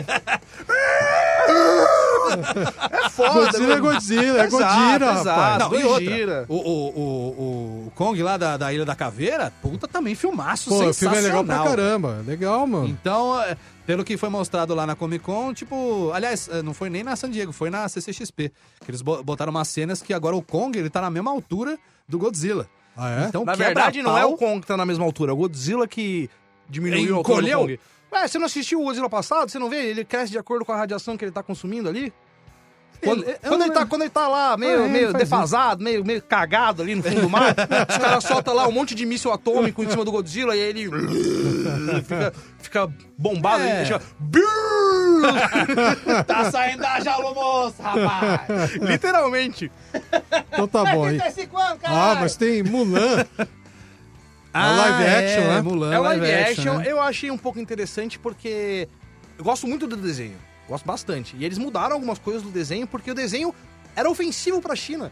[SPEAKER 2] é foda,
[SPEAKER 4] Godzilla é
[SPEAKER 2] mano.
[SPEAKER 4] Godzilla, é
[SPEAKER 2] Exato,
[SPEAKER 4] Godzilla,
[SPEAKER 2] exato.
[SPEAKER 4] rapaz.
[SPEAKER 1] Não, e outra,
[SPEAKER 2] Ah, Gira.
[SPEAKER 1] o, o, o, o Kong lá da, da Ilha da Caveira, puta, também filmaço
[SPEAKER 4] Pô, o filme é
[SPEAKER 1] sensacional.
[SPEAKER 4] legal pra caramba. Legal, mano.
[SPEAKER 1] Então, é, pelo que foi mostrado lá na Comic Con, tipo, aliás, é, não foi nem na San Diego, foi na CCXP, que eles bo- botaram umas cenas que agora o Kong, ele tá na mesma altura do Godzilla.
[SPEAKER 4] Ah, é?
[SPEAKER 1] Então,
[SPEAKER 2] Na
[SPEAKER 1] quebra
[SPEAKER 2] verdade, não é
[SPEAKER 1] pau.
[SPEAKER 2] o Kong que tá na mesma altura, é o Godzilla que diminuiu a altura do
[SPEAKER 1] Encolheu?
[SPEAKER 2] Kong. Ué, você não assistiu o Godzilla passado? Você não vê? Ele cresce de acordo com a radiação que ele tá consumindo ali? Quando,
[SPEAKER 1] Ele- é um eu
[SPEAKER 2] quando
[SPEAKER 1] não
[SPEAKER 2] ele tá,
[SPEAKER 1] lembro.
[SPEAKER 2] quando ele tá lá, meio,
[SPEAKER 4] Ah, é,
[SPEAKER 2] meio
[SPEAKER 4] ele faz
[SPEAKER 2] defasado, meio, meio cagado ali no fundo do mar, os caras soltam lá um monte de míssil atômico em cima do Godzilla e aí ele fica, fica bombado.
[SPEAKER 1] É.
[SPEAKER 2] Ele fica,
[SPEAKER 1] Tá saindo da jaula, moço, rapaz!
[SPEAKER 2] literalmente.
[SPEAKER 4] Então tá bom, hein? Ah, mas tem Mulan.
[SPEAKER 1] Ah,
[SPEAKER 4] live action,
[SPEAKER 1] é,
[SPEAKER 4] né?
[SPEAKER 1] Mulan,
[SPEAKER 2] É um live action,
[SPEAKER 1] né?
[SPEAKER 2] eu achei um pouco interessante porque eu gosto muito do desenho. Gosto bastante. E eles mudaram algumas coisas do desenho porque o desenho era ofensivo pra China.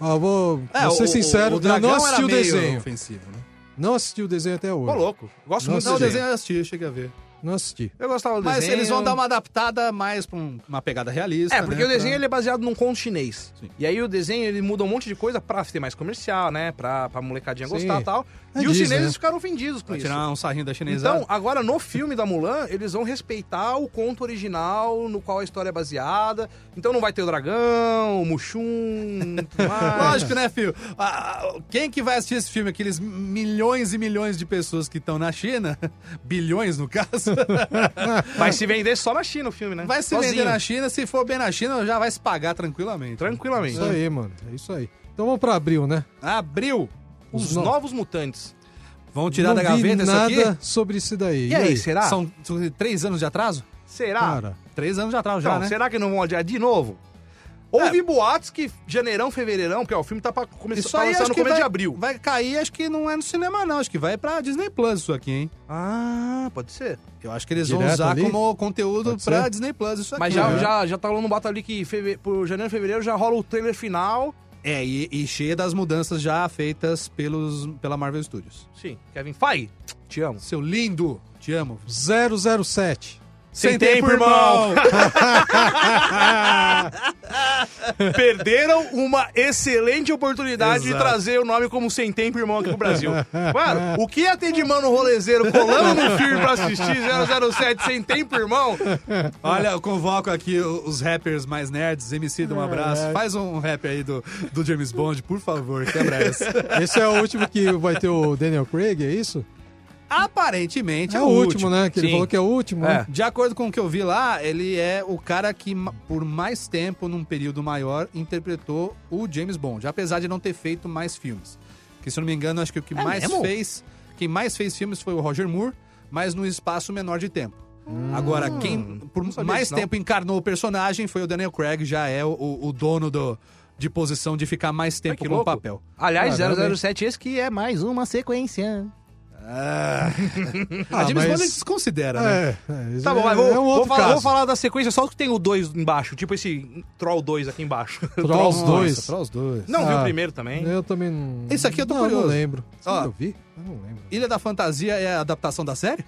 [SPEAKER 4] Ah, vou,
[SPEAKER 1] É,
[SPEAKER 4] vou ser
[SPEAKER 1] o-
[SPEAKER 4] sincero,
[SPEAKER 1] o
[SPEAKER 4] eu
[SPEAKER 1] dragão
[SPEAKER 4] não
[SPEAKER 1] era
[SPEAKER 4] assisti o
[SPEAKER 1] meio
[SPEAKER 4] desenho.
[SPEAKER 1] ofensivo, né?
[SPEAKER 4] Não assisti o desenho até
[SPEAKER 2] Ô,
[SPEAKER 4] hoje.
[SPEAKER 2] louco. Gosto
[SPEAKER 4] Não,
[SPEAKER 2] muito
[SPEAKER 1] Não,
[SPEAKER 2] do
[SPEAKER 1] o
[SPEAKER 2] desenho.
[SPEAKER 1] desenho eu assisti, eu cheguei a ver.
[SPEAKER 4] Não assisti.
[SPEAKER 2] Eu gostava do
[SPEAKER 1] Mas
[SPEAKER 2] desenho.
[SPEAKER 1] eles vão dar uma adaptada mais pra um- uma pegada realista.
[SPEAKER 2] É, porque
[SPEAKER 1] né,
[SPEAKER 2] o desenho
[SPEAKER 1] pra-
[SPEAKER 2] ele é baseado num conto chinês.
[SPEAKER 1] Sim.
[SPEAKER 2] E aí o desenho ele muda um monte de coisa pra ter mais comercial, né? Pra, pra molecadinha
[SPEAKER 4] Sim.
[SPEAKER 2] gostar e tal.
[SPEAKER 4] É
[SPEAKER 2] e os
[SPEAKER 4] Disney,
[SPEAKER 2] chineses
[SPEAKER 4] né?
[SPEAKER 2] ficaram ofendidos com
[SPEAKER 1] Pra
[SPEAKER 2] isso.
[SPEAKER 1] tirar um sarrinho da chinesada.
[SPEAKER 2] Então, agora no filme da Mulan, eles vão respeitar o conto original no qual a história é baseada. Então não vai ter o dragão, o Mushum, tudo mais.
[SPEAKER 1] Lógico, né, filho? Ah, ah, Quem que vai assistir esse filme? Aqueles milhões e milhões de pessoas que estão na China, bilhões no caso,
[SPEAKER 2] Vai se vender só na China o filme, né?
[SPEAKER 1] vai se
[SPEAKER 2] Sozinho.
[SPEAKER 1] vender na China. Se for bem na China, já vai se pagar tranquilamente.
[SPEAKER 2] Tranquilamente.
[SPEAKER 4] Isso aí, mano. É isso aí. Então vamos pra abril, né?
[SPEAKER 1] Abril.
[SPEAKER 2] Os
[SPEAKER 4] Não-
[SPEAKER 2] novos mutantes.
[SPEAKER 1] Vão tirar
[SPEAKER 4] Não
[SPEAKER 1] da gaveta
[SPEAKER 4] vi
[SPEAKER 1] isso aqui?
[SPEAKER 4] nada sobre isso daí.
[SPEAKER 2] E, aí, será?
[SPEAKER 1] São são três anos de atraso?
[SPEAKER 2] Será?
[SPEAKER 4] Cara,
[SPEAKER 1] Três anos de atraso
[SPEAKER 2] Então,
[SPEAKER 1] já, né? É.
[SPEAKER 2] será que não vão adiar de novo? Houve boatos que janeirão, fevereirão, porque ó, o filme tá pra começar
[SPEAKER 1] Isso
[SPEAKER 2] pra
[SPEAKER 1] aí
[SPEAKER 2] lançar
[SPEAKER 1] acho
[SPEAKER 2] no
[SPEAKER 1] que
[SPEAKER 2] começo
[SPEAKER 1] vai,
[SPEAKER 2] de abril.
[SPEAKER 1] vai cair, acho que não é no cinema não, acho que vai pra Disney Plus isso aqui, hein?
[SPEAKER 2] Ah, pode ser.
[SPEAKER 1] Eu acho que eles vão
[SPEAKER 4] Direto
[SPEAKER 1] usar
[SPEAKER 4] ali?
[SPEAKER 1] como conteúdo
[SPEAKER 4] Pode
[SPEAKER 1] pra
[SPEAKER 4] ser?
[SPEAKER 1] Disney Plus isso aqui.
[SPEAKER 2] Mas já,
[SPEAKER 1] né?
[SPEAKER 2] já, já tá rolando um boato ali que feve... por janeiro, fevereiro já rola o trailer final.
[SPEAKER 1] É, e, e cheia das mudanças já feitas pelos, pela Marvel Studios.
[SPEAKER 2] Sim, Kevin Feige, te amo.
[SPEAKER 1] Seu lindo, te amo.
[SPEAKER 4] 007.
[SPEAKER 2] Sem tempo, irmão. Perderam uma excelente oportunidade de
[SPEAKER 1] Exato.
[SPEAKER 2] trazer o nome como Sem Tempo Irmão aqui pro Brasil. Mano, o que ia ter de mano rolezeiro colando no filme pra assistir 007 Sem Tempo Irmão?
[SPEAKER 1] Olha, eu convoco aqui o- os rappers mais nerds, MC,
[SPEAKER 4] É
[SPEAKER 1] dá um abraço. Faz um rap aí do, do James Bond, por favor, quebra essa.
[SPEAKER 4] Esse é o último que vai ter o Daniel Craig, é isso?
[SPEAKER 1] Aparentemente
[SPEAKER 4] É o último, né? Que ele
[SPEAKER 2] Sim.
[SPEAKER 4] falou que é o último.
[SPEAKER 2] É.
[SPEAKER 4] né?
[SPEAKER 1] De acordo com o que eu vi lá, ele é o cara que, ma- por mais tempo, num período maior, interpretou o James Bond, apesar de não ter feito mais filmes. Que, se eu não me engano, acho que o que mais
[SPEAKER 2] mesmo?
[SPEAKER 1] fez. Quem mais fez filmes foi o Roger Moore, mas num espaço menor de tempo. Agora, quem por
[SPEAKER 2] sabia
[SPEAKER 1] mais
[SPEAKER 2] disso, não.
[SPEAKER 1] tempo encarnou o personagem foi o Daniel Craig, já é o, o- o dono do, de posição de ficar mais tempo
[SPEAKER 2] que
[SPEAKER 1] no
[SPEAKER 2] louco.
[SPEAKER 1] papel.
[SPEAKER 2] Aliás,
[SPEAKER 4] Caramba, hein?
[SPEAKER 2] 007 esse que é mais uma sequência.
[SPEAKER 4] Ah,
[SPEAKER 1] a James
[SPEAKER 4] mas-
[SPEAKER 1] Bond ele desconsidera, né?
[SPEAKER 4] É, é,
[SPEAKER 2] Tá bom,
[SPEAKER 4] é,
[SPEAKER 2] mas vou,
[SPEAKER 4] é um
[SPEAKER 2] vou
[SPEAKER 4] outro
[SPEAKER 2] falar,
[SPEAKER 4] caso.
[SPEAKER 2] vou falar da sequência só que tem o 2 embaixo, tipo esse Troll 2 aqui embaixo.
[SPEAKER 4] Troll os dois.
[SPEAKER 1] Pra os dois.
[SPEAKER 2] Não viu o
[SPEAKER 4] Ah.
[SPEAKER 2] primeiro também?
[SPEAKER 4] Eu também não.
[SPEAKER 1] Esse aqui eu tô
[SPEAKER 4] não,
[SPEAKER 1] curioso.
[SPEAKER 4] não lembro.
[SPEAKER 1] Ó.
[SPEAKER 4] Será que eu vi? Eu não lembro.
[SPEAKER 1] Ilha da Fantasia é a adaptação da série?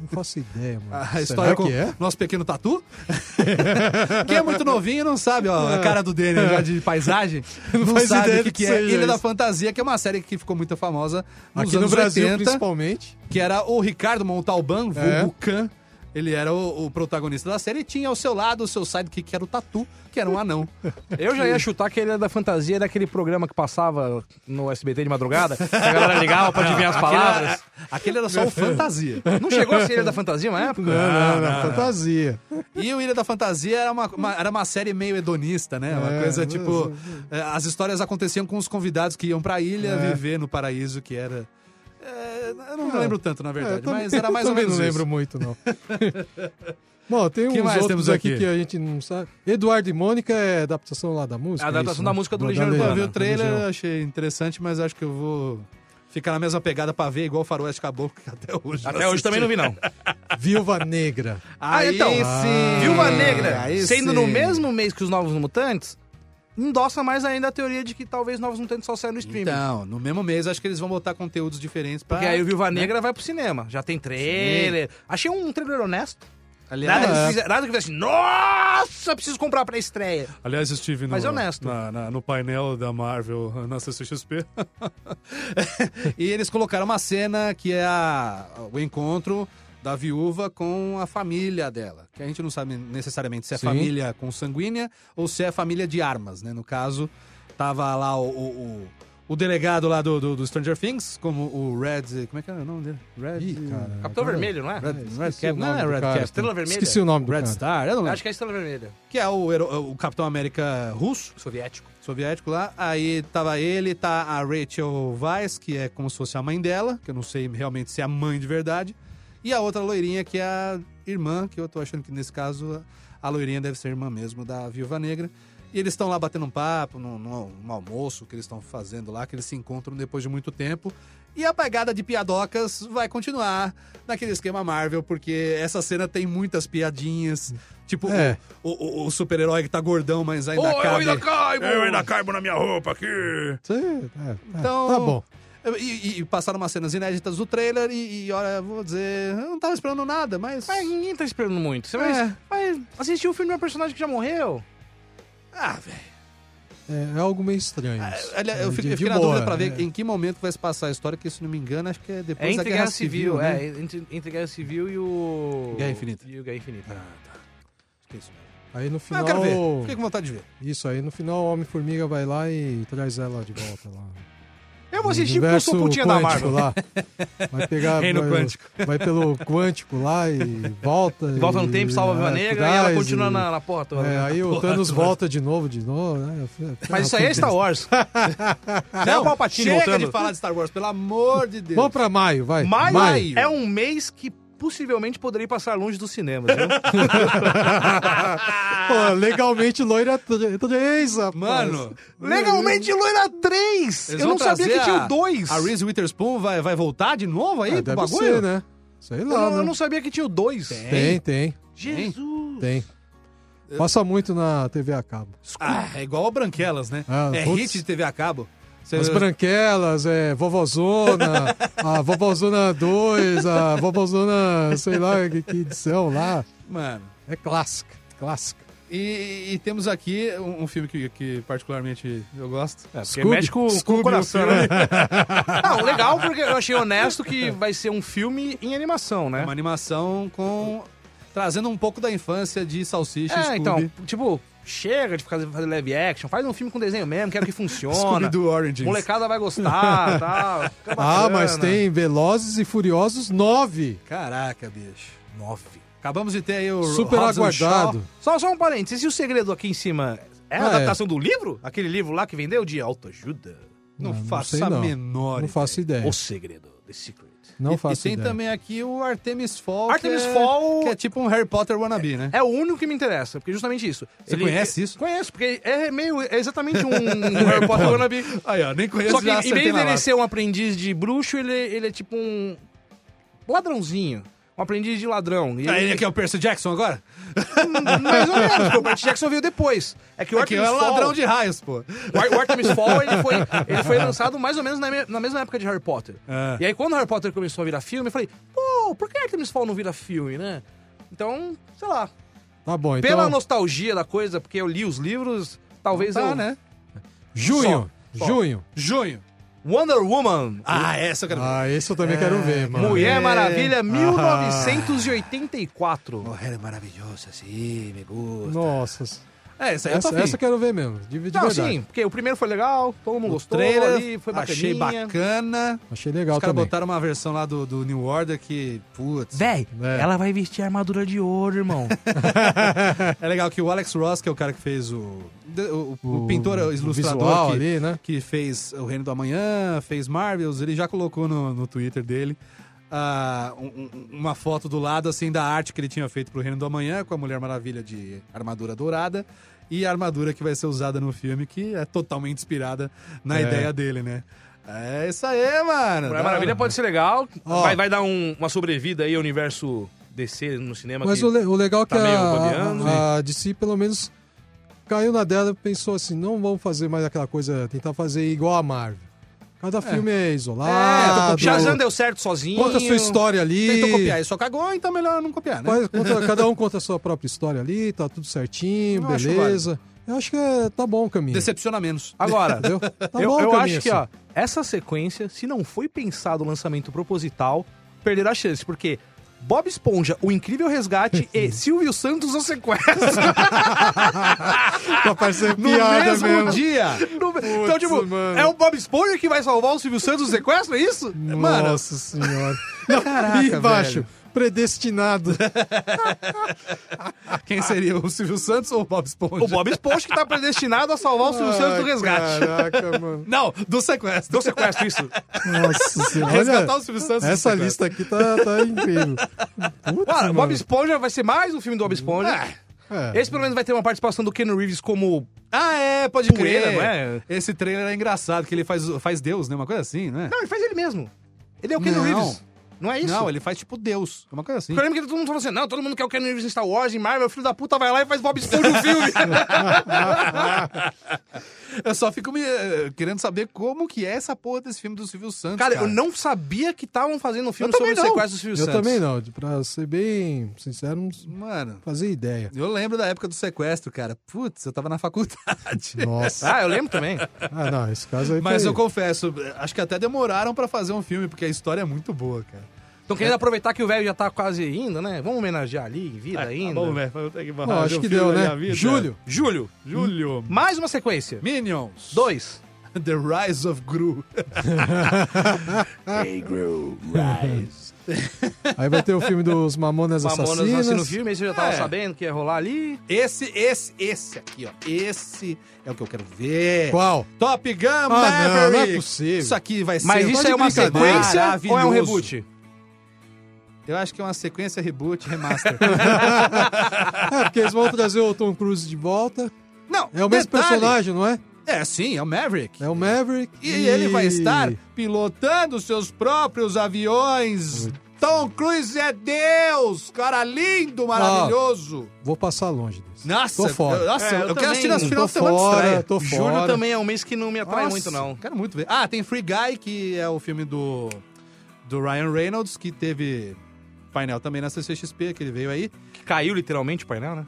[SPEAKER 4] Não faço ideia, mano.
[SPEAKER 1] A
[SPEAKER 4] Será
[SPEAKER 1] história com
[SPEAKER 4] que é?
[SPEAKER 1] nosso pequeno tatu? Quem é muito novinho não sabe, ó, a cara do Denner
[SPEAKER 4] É.
[SPEAKER 1] já de paisagem, não,
[SPEAKER 4] faz
[SPEAKER 1] sabe
[SPEAKER 4] ideia
[SPEAKER 1] o que,
[SPEAKER 4] do
[SPEAKER 1] que
[SPEAKER 4] que
[SPEAKER 1] é
[SPEAKER 4] seja
[SPEAKER 1] Ilha da
[SPEAKER 4] isso.
[SPEAKER 1] Fantasia, que é uma série que ficou muito famosa nos
[SPEAKER 4] Aqui no
[SPEAKER 1] anos
[SPEAKER 4] Brasil,
[SPEAKER 1] 80,
[SPEAKER 4] principalmente.
[SPEAKER 1] que era o Ricardo Montalban, vulgo
[SPEAKER 4] É.
[SPEAKER 1] Khan. Ele era o, o protagonista da série e tinha ao seu lado o seu sidekick, que era o Tatu, que era um anão.
[SPEAKER 2] Eu já ia chutar que ele é da fantasia daquele programa que passava no SBT de madrugada, que a galera ligava pra adivinhar as
[SPEAKER 4] é
[SPEAKER 2] palavras.
[SPEAKER 1] Aquele era só o Fantasia.
[SPEAKER 2] Não chegou a ser ele da fantasia na época?
[SPEAKER 4] Não, não, não, fantasia.
[SPEAKER 1] E o Ilha da Fantasia era uma, uma- era uma série meio hedonista, né? Uma
[SPEAKER 4] É,
[SPEAKER 1] coisa
[SPEAKER 4] é,
[SPEAKER 1] tipo. é, as histórias aconteciam com os convidados que iam pra ilha viver no paraíso que era. é, eu não
[SPEAKER 4] É.
[SPEAKER 1] lembro tanto, na
[SPEAKER 4] É,
[SPEAKER 1] verdade,
[SPEAKER 4] eu também-
[SPEAKER 1] mas era mais
[SPEAKER 4] eu
[SPEAKER 1] ou
[SPEAKER 4] também
[SPEAKER 1] menos
[SPEAKER 4] não
[SPEAKER 1] isso.
[SPEAKER 4] lembro muito, não. Bom, tem
[SPEAKER 1] Que
[SPEAKER 4] uns
[SPEAKER 1] mais
[SPEAKER 4] outros
[SPEAKER 1] temos
[SPEAKER 4] aqui,
[SPEAKER 1] aqui?
[SPEAKER 4] que a gente não sabe. Eduardo e Mônica é adaptação lá da música?
[SPEAKER 2] É a adaptação
[SPEAKER 4] isso,
[SPEAKER 2] da
[SPEAKER 4] né?
[SPEAKER 2] música do
[SPEAKER 4] Da
[SPEAKER 2] Legião
[SPEAKER 4] Legião.
[SPEAKER 2] Urbana.
[SPEAKER 1] Eu vi o trailer,
[SPEAKER 4] Legião.
[SPEAKER 1] eu achei interessante, mas acho que eu vou ficar na mesma pegada pra ver, igual o Faroeste Caboclo, que até hoje.
[SPEAKER 2] Até hoje tá- também não vi, não.
[SPEAKER 4] Viúva Negra.
[SPEAKER 1] Ah,
[SPEAKER 2] Aí
[SPEAKER 1] então.
[SPEAKER 2] sim.
[SPEAKER 1] Ah,
[SPEAKER 2] Viúva Negra,
[SPEAKER 1] aí
[SPEAKER 2] sendo
[SPEAKER 1] sim.
[SPEAKER 2] no mesmo mês que os Novos Mutantes, endossa mais ainda a teoria de que talvez Novos Mutantes só saia no streaming.
[SPEAKER 1] Então, no mesmo mês, acho que eles vão botar conteúdos diferentes pra.
[SPEAKER 2] Porque aí o Viúva Negra vai pro cinema. Já tem trailer. Achei um trailer honesto.
[SPEAKER 1] Aliás,
[SPEAKER 2] Nada,
[SPEAKER 4] é.
[SPEAKER 2] que fizer- nada que fizesse assim, nossa, preciso comprar pra estreia.
[SPEAKER 1] Aliás, estive no,
[SPEAKER 2] Mas é honesto.
[SPEAKER 1] na- na- no painel da Marvel na CCXP. e eles colocaram uma cena que é a- o encontro da viúva com a família dela. Que a gente não sabe necessariamente se é
[SPEAKER 4] Sim.
[SPEAKER 1] família consanguínea ou se é família de armas, né? No caso, tava lá o, o- o- o delegado lá do, do- do Stranger Things, como o Red... Como é que é o nome dele? Red...
[SPEAKER 4] Ih, cara.
[SPEAKER 2] Capitão
[SPEAKER 4] agora-
[SPEAKER 2] Vermelho, não é?
[SPEAKER 1] Red,
[SPEAKER 4] esqueci
[SPEAKER 1] Red Cap,
[SPEAKER 4] o
[SPEAKER 1] não
[SPEAKER 4] nome
[SPEAKER 1] é
[SPEAKER 4] do
[SPEAKER 1] Red
[SPEAKER 4] cara.
[SPEAKER 1] Cap.
[SPEAKER 2] Estrela Vermelha?
[SPEAKER 4] Esqueci o nome do
[SPEAKER 1] Red
[SPEAKER 4] cara.
[SPEAKER 1] Star, eu não lembro.
[SPEAKER 2] Acho que é a Estrela Vermelha.
[SPEAKER 1] Que é o, hero- o Capitão América russo
[SPEAKER 2] Soviético.
[SPEAKER 1] soviético lá. Aí tava ele, tá a Rachel Weisz, que é como se fosse a mãe dela, que eu não sei realmente se é a mãe de verdade. E a outra loirinha, que é a irmã, que eu tô achando que nesse caso a loirinha deve ser irmã mesmo da Viúva Negra. E eles estão lá batendo um papo, num, num- num almoço que eles estão fazendo lá, que eles se encontram depois de muito tempo. E a pegada de piadocas vai continuar naquele esquema Marvel, porque essa cena tem muitas piadinhas. Tipo,
[SPEAKER 4] É.
[SPEAKER 1] o, o- o super-herói que tá gordão, mas ainda
[SPEAKER 2] Ô,
[SPEAKER 1] cabe...
[SPEAKER 2] caibo!
[SPEAKER 3] Eu ainda caibo na minha roupa aqui.
[SPEAKER 4] Cê- é, tá-
[SPEAKER 1] Então-
[SPEAKER 4] Tá bom.
[SPEAKER 1] E, e- e passaram umas cenas inéditas do trailer e, e, olha, vou dizer, eu não tava esperando nada, mas.
[SPEAKER 2] Mas ninguém tá esperando muito. Você vai,
[SPEAKER 1] É.
[SPEAKER 2] vai assistir o filme de uma personagem que já morreu?
[SPEAKER 1] Ah, velho.
[SPEAKER 4] É, é algo meio estranho. isso.
[SPEAKER 1] Olha,
[SPEAKER 4] É,
[SPEAKER 1] eu
[SPEAKER 4] de-
[SPEAKER 1] fiquei, eu
[SPEAKER 4] de
[SPEAKER 1] fiquei na
[SPEAKER 4] boa,
[SPEAKER 1] dúvida pra ver
[SPEAKER 4] é.
[SPEAKER 1] em que momento vai se passar a história, que se não me engano, acho que é
[SPEAKER 2] É
[SPEAKER 1] depois
[SPEAKER 2] entre
[SPEAKER 1] da
[SPEAKER 2] Guerra, Civil,
[SPEAKER 1] né?
[SPEAKER 2] é. Entre, entre Guerra Civil e o.
[SPEAKER 1] Guerra Infinita.
[SPEAKER 2] E o Guerra Infinita.
[SPEAKER 4] Aí no
[SPEAKER 1] Ah,
[SPEAKER 4] final.
[SPEAKER 1] eu quero ver. Fiquei com vontade de ver.
[SPEAKER 4] Isso aí, no final o Homem-Formiga vai lá e traz ela de volta lá.
[SPEAKER 2] Eu vou
[SPEAKER 4] No
[SPEAKER 2] assistir porque eu sou
[SPEAKER 4] universo
[SPEAKER 2] putinha da Marvel.
[SPEAKER 4] quântico Lá. Vai pegar.
[SPEAKER 2] Reino
[SPEAKER 4] vai,
[SPEAKER 2] quântico.
[SPEAKER 4] Vai pelo quântico lá e volta.
[SPEAKER 2] Volta no
[SPEAKER 4] e-
[SPEAKER 2] um tempo, salva a Viva
[SPEAKER 4] é,
[SPEAKER 2] Negra e
[SPEAKER 4] traz
[SPEAKER 2] ela continua
[SPEAKER 4] e-
[SPEAKER 2] na, na porta.
[SPEAKER 4] É, aí o
[SPEAKER 2] Porra,
[SPEAKER 4] Thanos
[SPEAKER 2] toda.
[SPEAKER 4] volta de novo, de novo, né?
[SPEAKER 2] Mas isso aí é Star Wars. Não, é o Palpatine
[SPEAKER 1] Chega
[SPEAKER 2] voltando.
[SPEAKER 1] de falar de Star Wars, pelo amor de Deus.
[SPEAKER 4] Vamos pra maio, vai.
[SPEAKER 2] Maio,
[SPEAKER 1] Maio.
[SPEAKER 2] é um mês que possivelmente poderei passar longe dos cinemas, viu?
[SPEAKER 4] Pô, legalmente loira 3, rapaz.
[SPEAKER 1] Mano,
[SPEAKER 2] Legalmente Loira 3!
[SPEAKER 1] Eles
[SPEAKER 2] eu não
[SPEAKER 1] vão
[SPEAKER 2] sabia
[SPEAKER 1] trazer
[SPEAKER 2] que tinha
[SPEAKER 1] a-
[SPEAKER 2] o 2.
[SPEAKER 1] a Reese Witherspoon vai, vai voltar de novo aí
[SPEAKER 4] Ah,
[SPEAKER 1] pro
[SPEAKER 4] deve
[SPEAKER 1] bagulho?
[SPEAKER 4] ser, né? Sei
[SPEAKER 2] eu,
[SPEAKER 4] lá,
[SPEAKER 2] não,
[SPEAKER 4] né?
[SPEAKER 2] eu não sabia que tinha o 2.
[SPEAKER 4] Tem, tem,
[SPEAKER 2] Jesus!
[SPEAKER 4] tem. Passa muito na TV a cabo.
[SPEAKER 1] Ah, é igual a Branquelas, né?
[SPEAKER 4] Ah,
[SPEAKER 1] é
[SPEAKER 4] putz.
[SPEAKER 1] hit de TV a cabo. Cê-
[SPEAKER 4] As branquelas, é, Vovozona, a Vovozona 2, a Vovozona, sei lá que, que edição lá.
[SPEAKER 1] Mano.
[SPEAKER 4] É clássica, clássica.
[SPEAKER 1] E, e temos aqui um, um filme que, que particularmente eu gosto.
[SPEAKER 2] É, porque
[SPEAKER 4] Scooby,
[SPEAKER 2] mexe com, com o coração, né? Não, legal, porque eu achei honesto que vai ser um filme em animação,
[SPEAKER 1] É
[SPEAKER 2] né?
[SPEAKER 1] uma animação com... Trazendo um pouco da infância de Salsicha e
[SPEAKER 2] É,
[SPEAKER 1] Scooby.
[SPEAKER 2] então, tipo, chega de ficar fazer live action, faz um filme com desenho mesmo, quero que funcione.
[SPEAKER 1] Scooby do Origins.
[SPEAKER 2] Molecada vai gostar, tal. fica
[SPEAKER 4] Ah,
[SPEAKER 2] bacana.
[SPEAKER 4] mas tem Velozes e Furiosos 9.
[SPEAKER 1] Caraca, bicho.
[SPEAKER 2] Nove.
[SPEAKER 1] Acabamos de ter aí o
[SPEAKER 4] Super
[SPEAKER 1] Hobbs and
[SPEAKER 4] aguardado.
[SPEAKER 1] Shaw.
[SPEAKER 2] Só, só um parênteses, e o segredo aqui em cima é a
[SPEAKER 4] Ah,
[SPEAKER 2] adaptação do livro? Aquele livro lá que vendeu de autoajuda?
[SPEAKER 1] Não,
[SPEAKER 4] Ah, não
[SPEAKER 1] faço
[SPEAKER 4] sei
[SPEAKER 1] a
[SPEAKER 4] não. É.
[SPEAKER 1] menor
[SPEAKER 4] Não faço ideia.
[SPEAKER 2] O segredo, The Secret.
[SPEAKER 4] Não
[SPEAKER 1] e,
[SPEAKER 4] faço
[SPEAKER 1] e tem
[SPEAKER 4] ideia.
[SPEAKER 1] também aqui o Artemis Fall.
[SPEAKER 2] Artemis
[SPEAKER 1] que é,
[SPEAKER 2] Fall-
[SPEAKER 1] Que é tipo um Harry Potter wannabe, né?
[SPEAKER 2] É o único que me interessa, porque justamente isso.
[SPEAKER 1] Você conhece isso?
[SPEAKER 2] Conheço, porque é meio é exatamente um Harry Potter wannabe.
[SPEAKER 1] Aí, ó, nem conheço
[SPEAKER 2] Só que
[SPEAKER 1] já
[SPEAKER 2] em
[SPEAKER 1] acertei
[SPEAKER 2] vez
[SPEAKER 1] na
[SPEAKER 2] dele
[SPEAKER 1] lata.
[SPEAKER 2] ser um aprendiz de bruxo, ele, ele é tipo um ladrãozinho. Um aprendiz de ladrão. E
[SPEAKER 1] Ah, ele aqui é o Percy Jackson agora?
[SPEAKER 2] Mais ou menos, porque o Bert Jackson veio depois. É que o
[SPEAKER 1] Aqui
[SPEAKER 2] Artemis
[SPEAKER 1] é o
[SPEAKER 2] Fowl-
[SPEAKER 1] ladrão de raios, pô.
[SPEAKER 2] O Ar- o Artemis Fall, ele foi, ele foi lançado mais ou menos na, me- na mesma época de Harry Potter.
[SPEAKER 1] É.
[SPEAKER 2] E aí, quando Harry Potter começou a virar filme, eu falei, pô, por que Artemis Fall não vira filme, né? Então, sei lá,
[SPEAKER 4] Tá bom, então.
[SPEAKER 2] pela nostalgia da coisa, porque eu li os livros, talvez
[SPEAKER 1] Tá,
[SPEAKER 2] eu...
[SPEAKER 1] né?
[SPEAKER 4] Junho,
[SPEAKER 2] Só, só.
[SPEAKER 4] junho.
[SPEAKER 1] Junho.
[SPEAKER 2] Wonder Woman,
[SPEAKER 1] Ah, essa eu quero ver.
[SPEAKER 4] Ah, esse eu também quero ver, mano.
[SPEAKER 2] Mulher
[SPEAKER 1] é.
[SPEAKER 2] Maravilha, 1984.
[SPEAKER 1] Mulher é maravilhosa, sim, me gusta.
[SPEAKER 4] Nossa.
[SPEAKER 1] É, essa aí eu
[SPEAKER 4] Essa,
[SPEAKER 1] tô afim.
[SPEAKER 4] essa eu quero ver mesmo. De, de
[SPEAKER 2] Não,
[SPEAKER 4] verdade.
[SPEAKER 2] sim, porque o primeiro foi legal, todo mundo
[SPEAKER 1] O
[SPEAKER 2] gostou,
[SPEAKER 1] trailer,
[SPEAKER 2] ali, foi bacaninha.
[SPEAKER 1] achei bacana.
[SPEAKER 4] Achei
[SPEAKER 1] Os
[SPEAKER 4] legal
[SPEAKER 1] caras
[SPEAKER 4] também.
[SPEAKER 1] botaram uma versão lá do, do New Order que, putz...
[SPEAKER 2] Véi,
[SPEAKER 4] É.
[SPEAKER 2] ela vai vestir armadura de ouro, irmão.
[SPEAKER 1] É legal que o Alex Ross, que é o cara que fez o... O, o- o
[SPEAKER 4] O-
[SPEAKER 1] pintor, o
[SPEAKER 4] o
[SPEAKER 1] ilustrador
[SPEAKER 4] visual
[SPEAKER 1] que,
[SPEAKER 4] ali, né?
[SPEAKER 1] que fez O Reino do Amanhã, fez Marvels, ele já colocou no, no Twitter dele ah, um- um- uma foto do lado, assim, da arte que ele tinha feito pro Reino do Amanhã, com a Mulher Maravilha de armadura dourada, e a armadura que vai ser usada no filme, que é totalmente inspirada na
[SPEAKER 4] É.
[SPEAKER 1] ideia dele, né? É isso aí, mano!
[SPEAKER 2] Mulher
[SPEAKER 1] Da-
[SPEAKER 2] Maravilha pode ser legal,
[SPEAKER 4] Ó.
[SPEAKER 2] vai, vai dar um- uma sobrevida aí ao universo DC no cinema.
[SPEAKER 4] Mas
[SPEAKER 2] que-
[SPEAKER 4] o, le- o legal é que
[SPEAKER 2] tá meio né? bobeando,
[SPEAKER 4] a, a DC, pelo menos, caiu na dela e pensou assim: não vamos fazer mais aquela coisa, tentar fazer igual a Marvel. Cada filme é
[SPEAKER 2] Ah,
[SPEAKER 4] isolado.
[SPEAKER 2] Shazam deu certo sozinho.
[SPEAKER 4] conta a sua história ali.
[SPEAKER 1] Tentou copiar e só cagou, então melhor não copiar, né?
[SPEAKER 4] faz- conta- cada um conta a sua própria história ali, tá tudo certinho,
[SPEAKER 1] Eu acho
[SPEAKER 4] beleza. eu acho que é- tá bom o caminho.
[SPEAKER 1] Decepciona menos.
[SPEAKER 2] Agora,
[SPEAKER 4] Entendeu? Tá
[SPEAKER 2] eu,
[SPEAKER 4] bom o
[SPEAKER 2] eu
[SPEAKER 4] caminho,
[SPEAKER 2] acho que
[SPEAKER 4] assim.
[SPEAKER 2] ó, essa sequência, se não foi pensado o lançamento proposital, perderá a chance, porque Bob Esponja, O Incrível Resgate e Silvio Santos, O Sequestro.
[SPEAKER 4] Capaz de ser
[SPEAKER 1] No
[SPEAKER 4] Tá piada
[SPEAKER 1] mesmo
[SPEAKER 4] mesmo.
[SPEAKER 1] dia!
[SPEAKER 2] então, tipo,
[SPEAKER 4] mano.
[SPEAKER 2] é o Bob Esponja que vai salvar o Silvio Santos do sequestro, é isso?
[SPEAKER 1] Mano.
[SPEAKER 4] Nossa senhora. Não, e embaixo, predestinado.
[SPEAKER 1] Quem seria, o Silvio Santos ou o Bob Esponja?
[SPEAKER 2] O Bob Esponja que tá predestinado a salvar o Silvio Santos do
[SPEAKER 4] Ai,
[SPEAKER 2] resgate.
[SPEAKER 4] Caraca, mano.
[SPEAKER 1] Não, do sequestro.
[SPEAKER 2] Do sequestro, isso.
[SPEAKER 4] Nossa senhora.
[SPEAKER 1] Resgatar
[SPEAKER 4] Olha,
[SPEAKER 1] o Silvio Santos. do
[SPEAKER 4] essa
[SPEAKER 1] sequestro.
[SPEAKER 4] lista aqui tá, tá incrível. Putz,
[SPEAKER 2] Cara, Bob
[SPEAKER 4] mano.
[SPEAKER 2] Esponja vai ser mais um filme do Bob Esponja.
[SPEAKER 4] É.
[SPEAKER 2] Esse pelo menos vai ter uma participação do Ken Reeves como
[SPEAKER 1] Ah, é, pode
[SPEAKER 2] Poeira,
[SPEAKER 1] crer.
[SPEAKER 2] não é?
[SPEAKER 1] Esse trailer é engraçado, que ele faz, faz Deus, né? Uma coisa assim, né?
[SPEAKER 2] Não, ele faz ele mesmo. Ele é o Ken
[SPEAKER 1] Não.
[SPEAKER 2] Reeves. Não é isso?
[SPEAKER 1] Não, ele faz tipo Deus. Uma coisa assim.
[SPEAKER 2] Porque eu lembro que todo mundo falou assim, não, todo mundo quer o Keanu Reeves em Star Wars, em Marvel, filho da puta vai lá e faz Bob Esponja no filme.
[SPEAKER 1] Eu só fico me, eh, querendo saber como que é essa porra desse filme do Silvio Santos.
[SPEAKER 2] cara, eu não sabia que estavam fazendo um filme
[SPEAKER 1] Eu também
[SPEAKER 2] sobre o
[SPEAKER 1] não.
[SPEAKER 2] sequestro do Silvio
[SPEAKER 4] Eu
[SPEAKER 2] Santos.
[SPEAKER 4] também não, de- pra ser bem sincero, não
[SPEAKER 1] Mano,
[SPEAKER 4] fazia ideia.
[SPEAKER 1] eu lembro da época do sequestro, cara. Putz, eu tava na faculdade.
[SPEAKER 4] Nossa.
[SPEAKER 2] Ah, eu lembro também.
[SPEAKER 4] Ah, não, esse caso aí
[SPEAKER 1] Mas
[SPEAKER 4] foi...
[SPEAKER 1] eu confesso, acho que até demoraram pra fazer um filme, porque a história é muito boa, cara.
[SPEAKER 2] Então
[SPEAKER 1] É.
[SPEAKER 2] querendo aproveitar que o velho já tá quase indo, né? Vamos homenagear ali, em vida ainda.
[SPEAKER 1] É, tá velho. Vou né? ter que
[SPEAKER 4] Tá
[SPEAKER 1] um
[SPEAKER 4] Não, Ah, acho que deu, né? Júlio.
[SPEAKER 2] Júlio,
[SPEAKER 1] Júlio.
[SPEAKER 2] mais uma sequência.
[SPEAKER 1] Minions.
[SPEAKER 2] Dois.
[SPEAKER 1] The Rise of Gru.
[SPEAKER 4] Aí vai ter o filme dos Mamonas,
[SPEAKER 2] Mamonas
[SPEAKER 4] Assassinas.
[SPEAKER 2] nasce no filme, aí você já tava
[SPEAKER 1] É.
[SPEAKER 2] sabendo que ia rolar ali.
[SPEAKER 1] Esse, esse, esse aqui, ó. Esse é o que eu quero ver.
[SPEAKER 4] Qual? Ah,
[SPEAKER 1] Top Gun
[SPEAKER 4] não,
[SPEAKER 1] Maverick.
[SPEAKER 4] não é possível.
[SPEAKER 1] Isso aqui vai ser...
[SPEAKER 2] Mas
[SPEAKER 1] só
[SPEAKER 2] isso
[SPEAKER 1] de
[SPEAKER 2] é uma
[SPEAKER 1] brincadeira.
[SPEAKER 2] sequência ou é um
[SPEAKER 1] Maravilhoso.
[SPEAKER 2] reboot?
[SPEAKER 1] Eu acho que é uma sequência, reboot, remaster.
[SPEAKER 4] É, porque eles vão trazer o Tom Cruise de volta.
[SPEAKER 1] não,
[SPEAKER 4] É o mesmo
[SPEAKER 1] detalhe.
[SPEAKER 4] personagem, não é?
[SPEAKER 1] É, sim, é o Maverick.
[SPEAKER 4] É o Maverick.
[SPEAKER 1] E ele vai estar pilotando seus próprios aviões. Tom Cruise é Deus! Cara lindo, maravilhoso!
[SPEAKER 4] Vou passar longe desse.
[SPEAKER 1] Nossa,
[SPEAKER 4] Tô fora.
[SPEAKER 1] Eu, nossa,
[SPEAKER 2] É, eu
[SPEAKER 1] eu, quero
[SPEAKER 2] também
[SPEAKER 1] assistir nas
[SPEAKER 4] tô
[SPEAKER 1] final de semana de
[SPEAKER 4] fora,
[SPEAKER 1] estreia.
[SPEAKER 4] tô
[SPEAKER 2] Júlio
[SPEAKER 4] fora.
[SPEAKER 2] também é um mês que não me atrai
[SPEAKER 1] Nossa,
[SPEAKER 2] muito, não.
[SPEAKER 1] Quero muito ver. Ah, tem Free Guy, que é o filme do, do Ryan Reynolds, que teve painel também na CCXP, que ele veio aí.
[SPEAKER 2] Caiu literalmente o painel, né?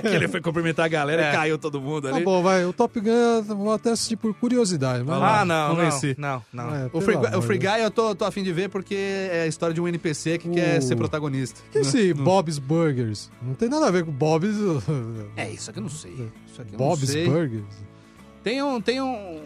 [SPEAKER 1] que ele foi cumprimentar a galera
[SPEAKER 2] É.
[SPEAKER 1] e caiu todo mundo
[SPEAKER 4] Tá
[SPEAKER 1] ali.
[SPEAKER 4] bom, vai. O Top Gun eu vou até assistir por curiosidade. Mas
[SPEAKER 2] Ah, não, não,
[SPEAKER 1] convenci.
[SPEAKER 2] não, não.
[SPEAKER 4] É,
[SPEAKER 1] o
[SPEAKER 4] pelo
[SPEAKER 1] Free, Guy-
[SPEAKER 4] amor
[SPEAKER 1] o Free
[SPEAKER 4] de Deus.
[SPEAKER 1] Guy eu tô, tô afim de ver porque é a história de um NPC que quer
[SPEAKER 4] O-
[SPEAKER 1] ser protagonista.
[SPEAKER 4] Que esse Bob's Burgers? Não tem nada a ver com Bob's.
[SPEAKER 1] É, isso aqui eu não sei. Isso aqui eu não
[SPEAKER 4] Bob's
[SPEAKER 1] sei.
[SPEAKER 4] Burgers?
[SPEAKER 1] Tem um. Tem um.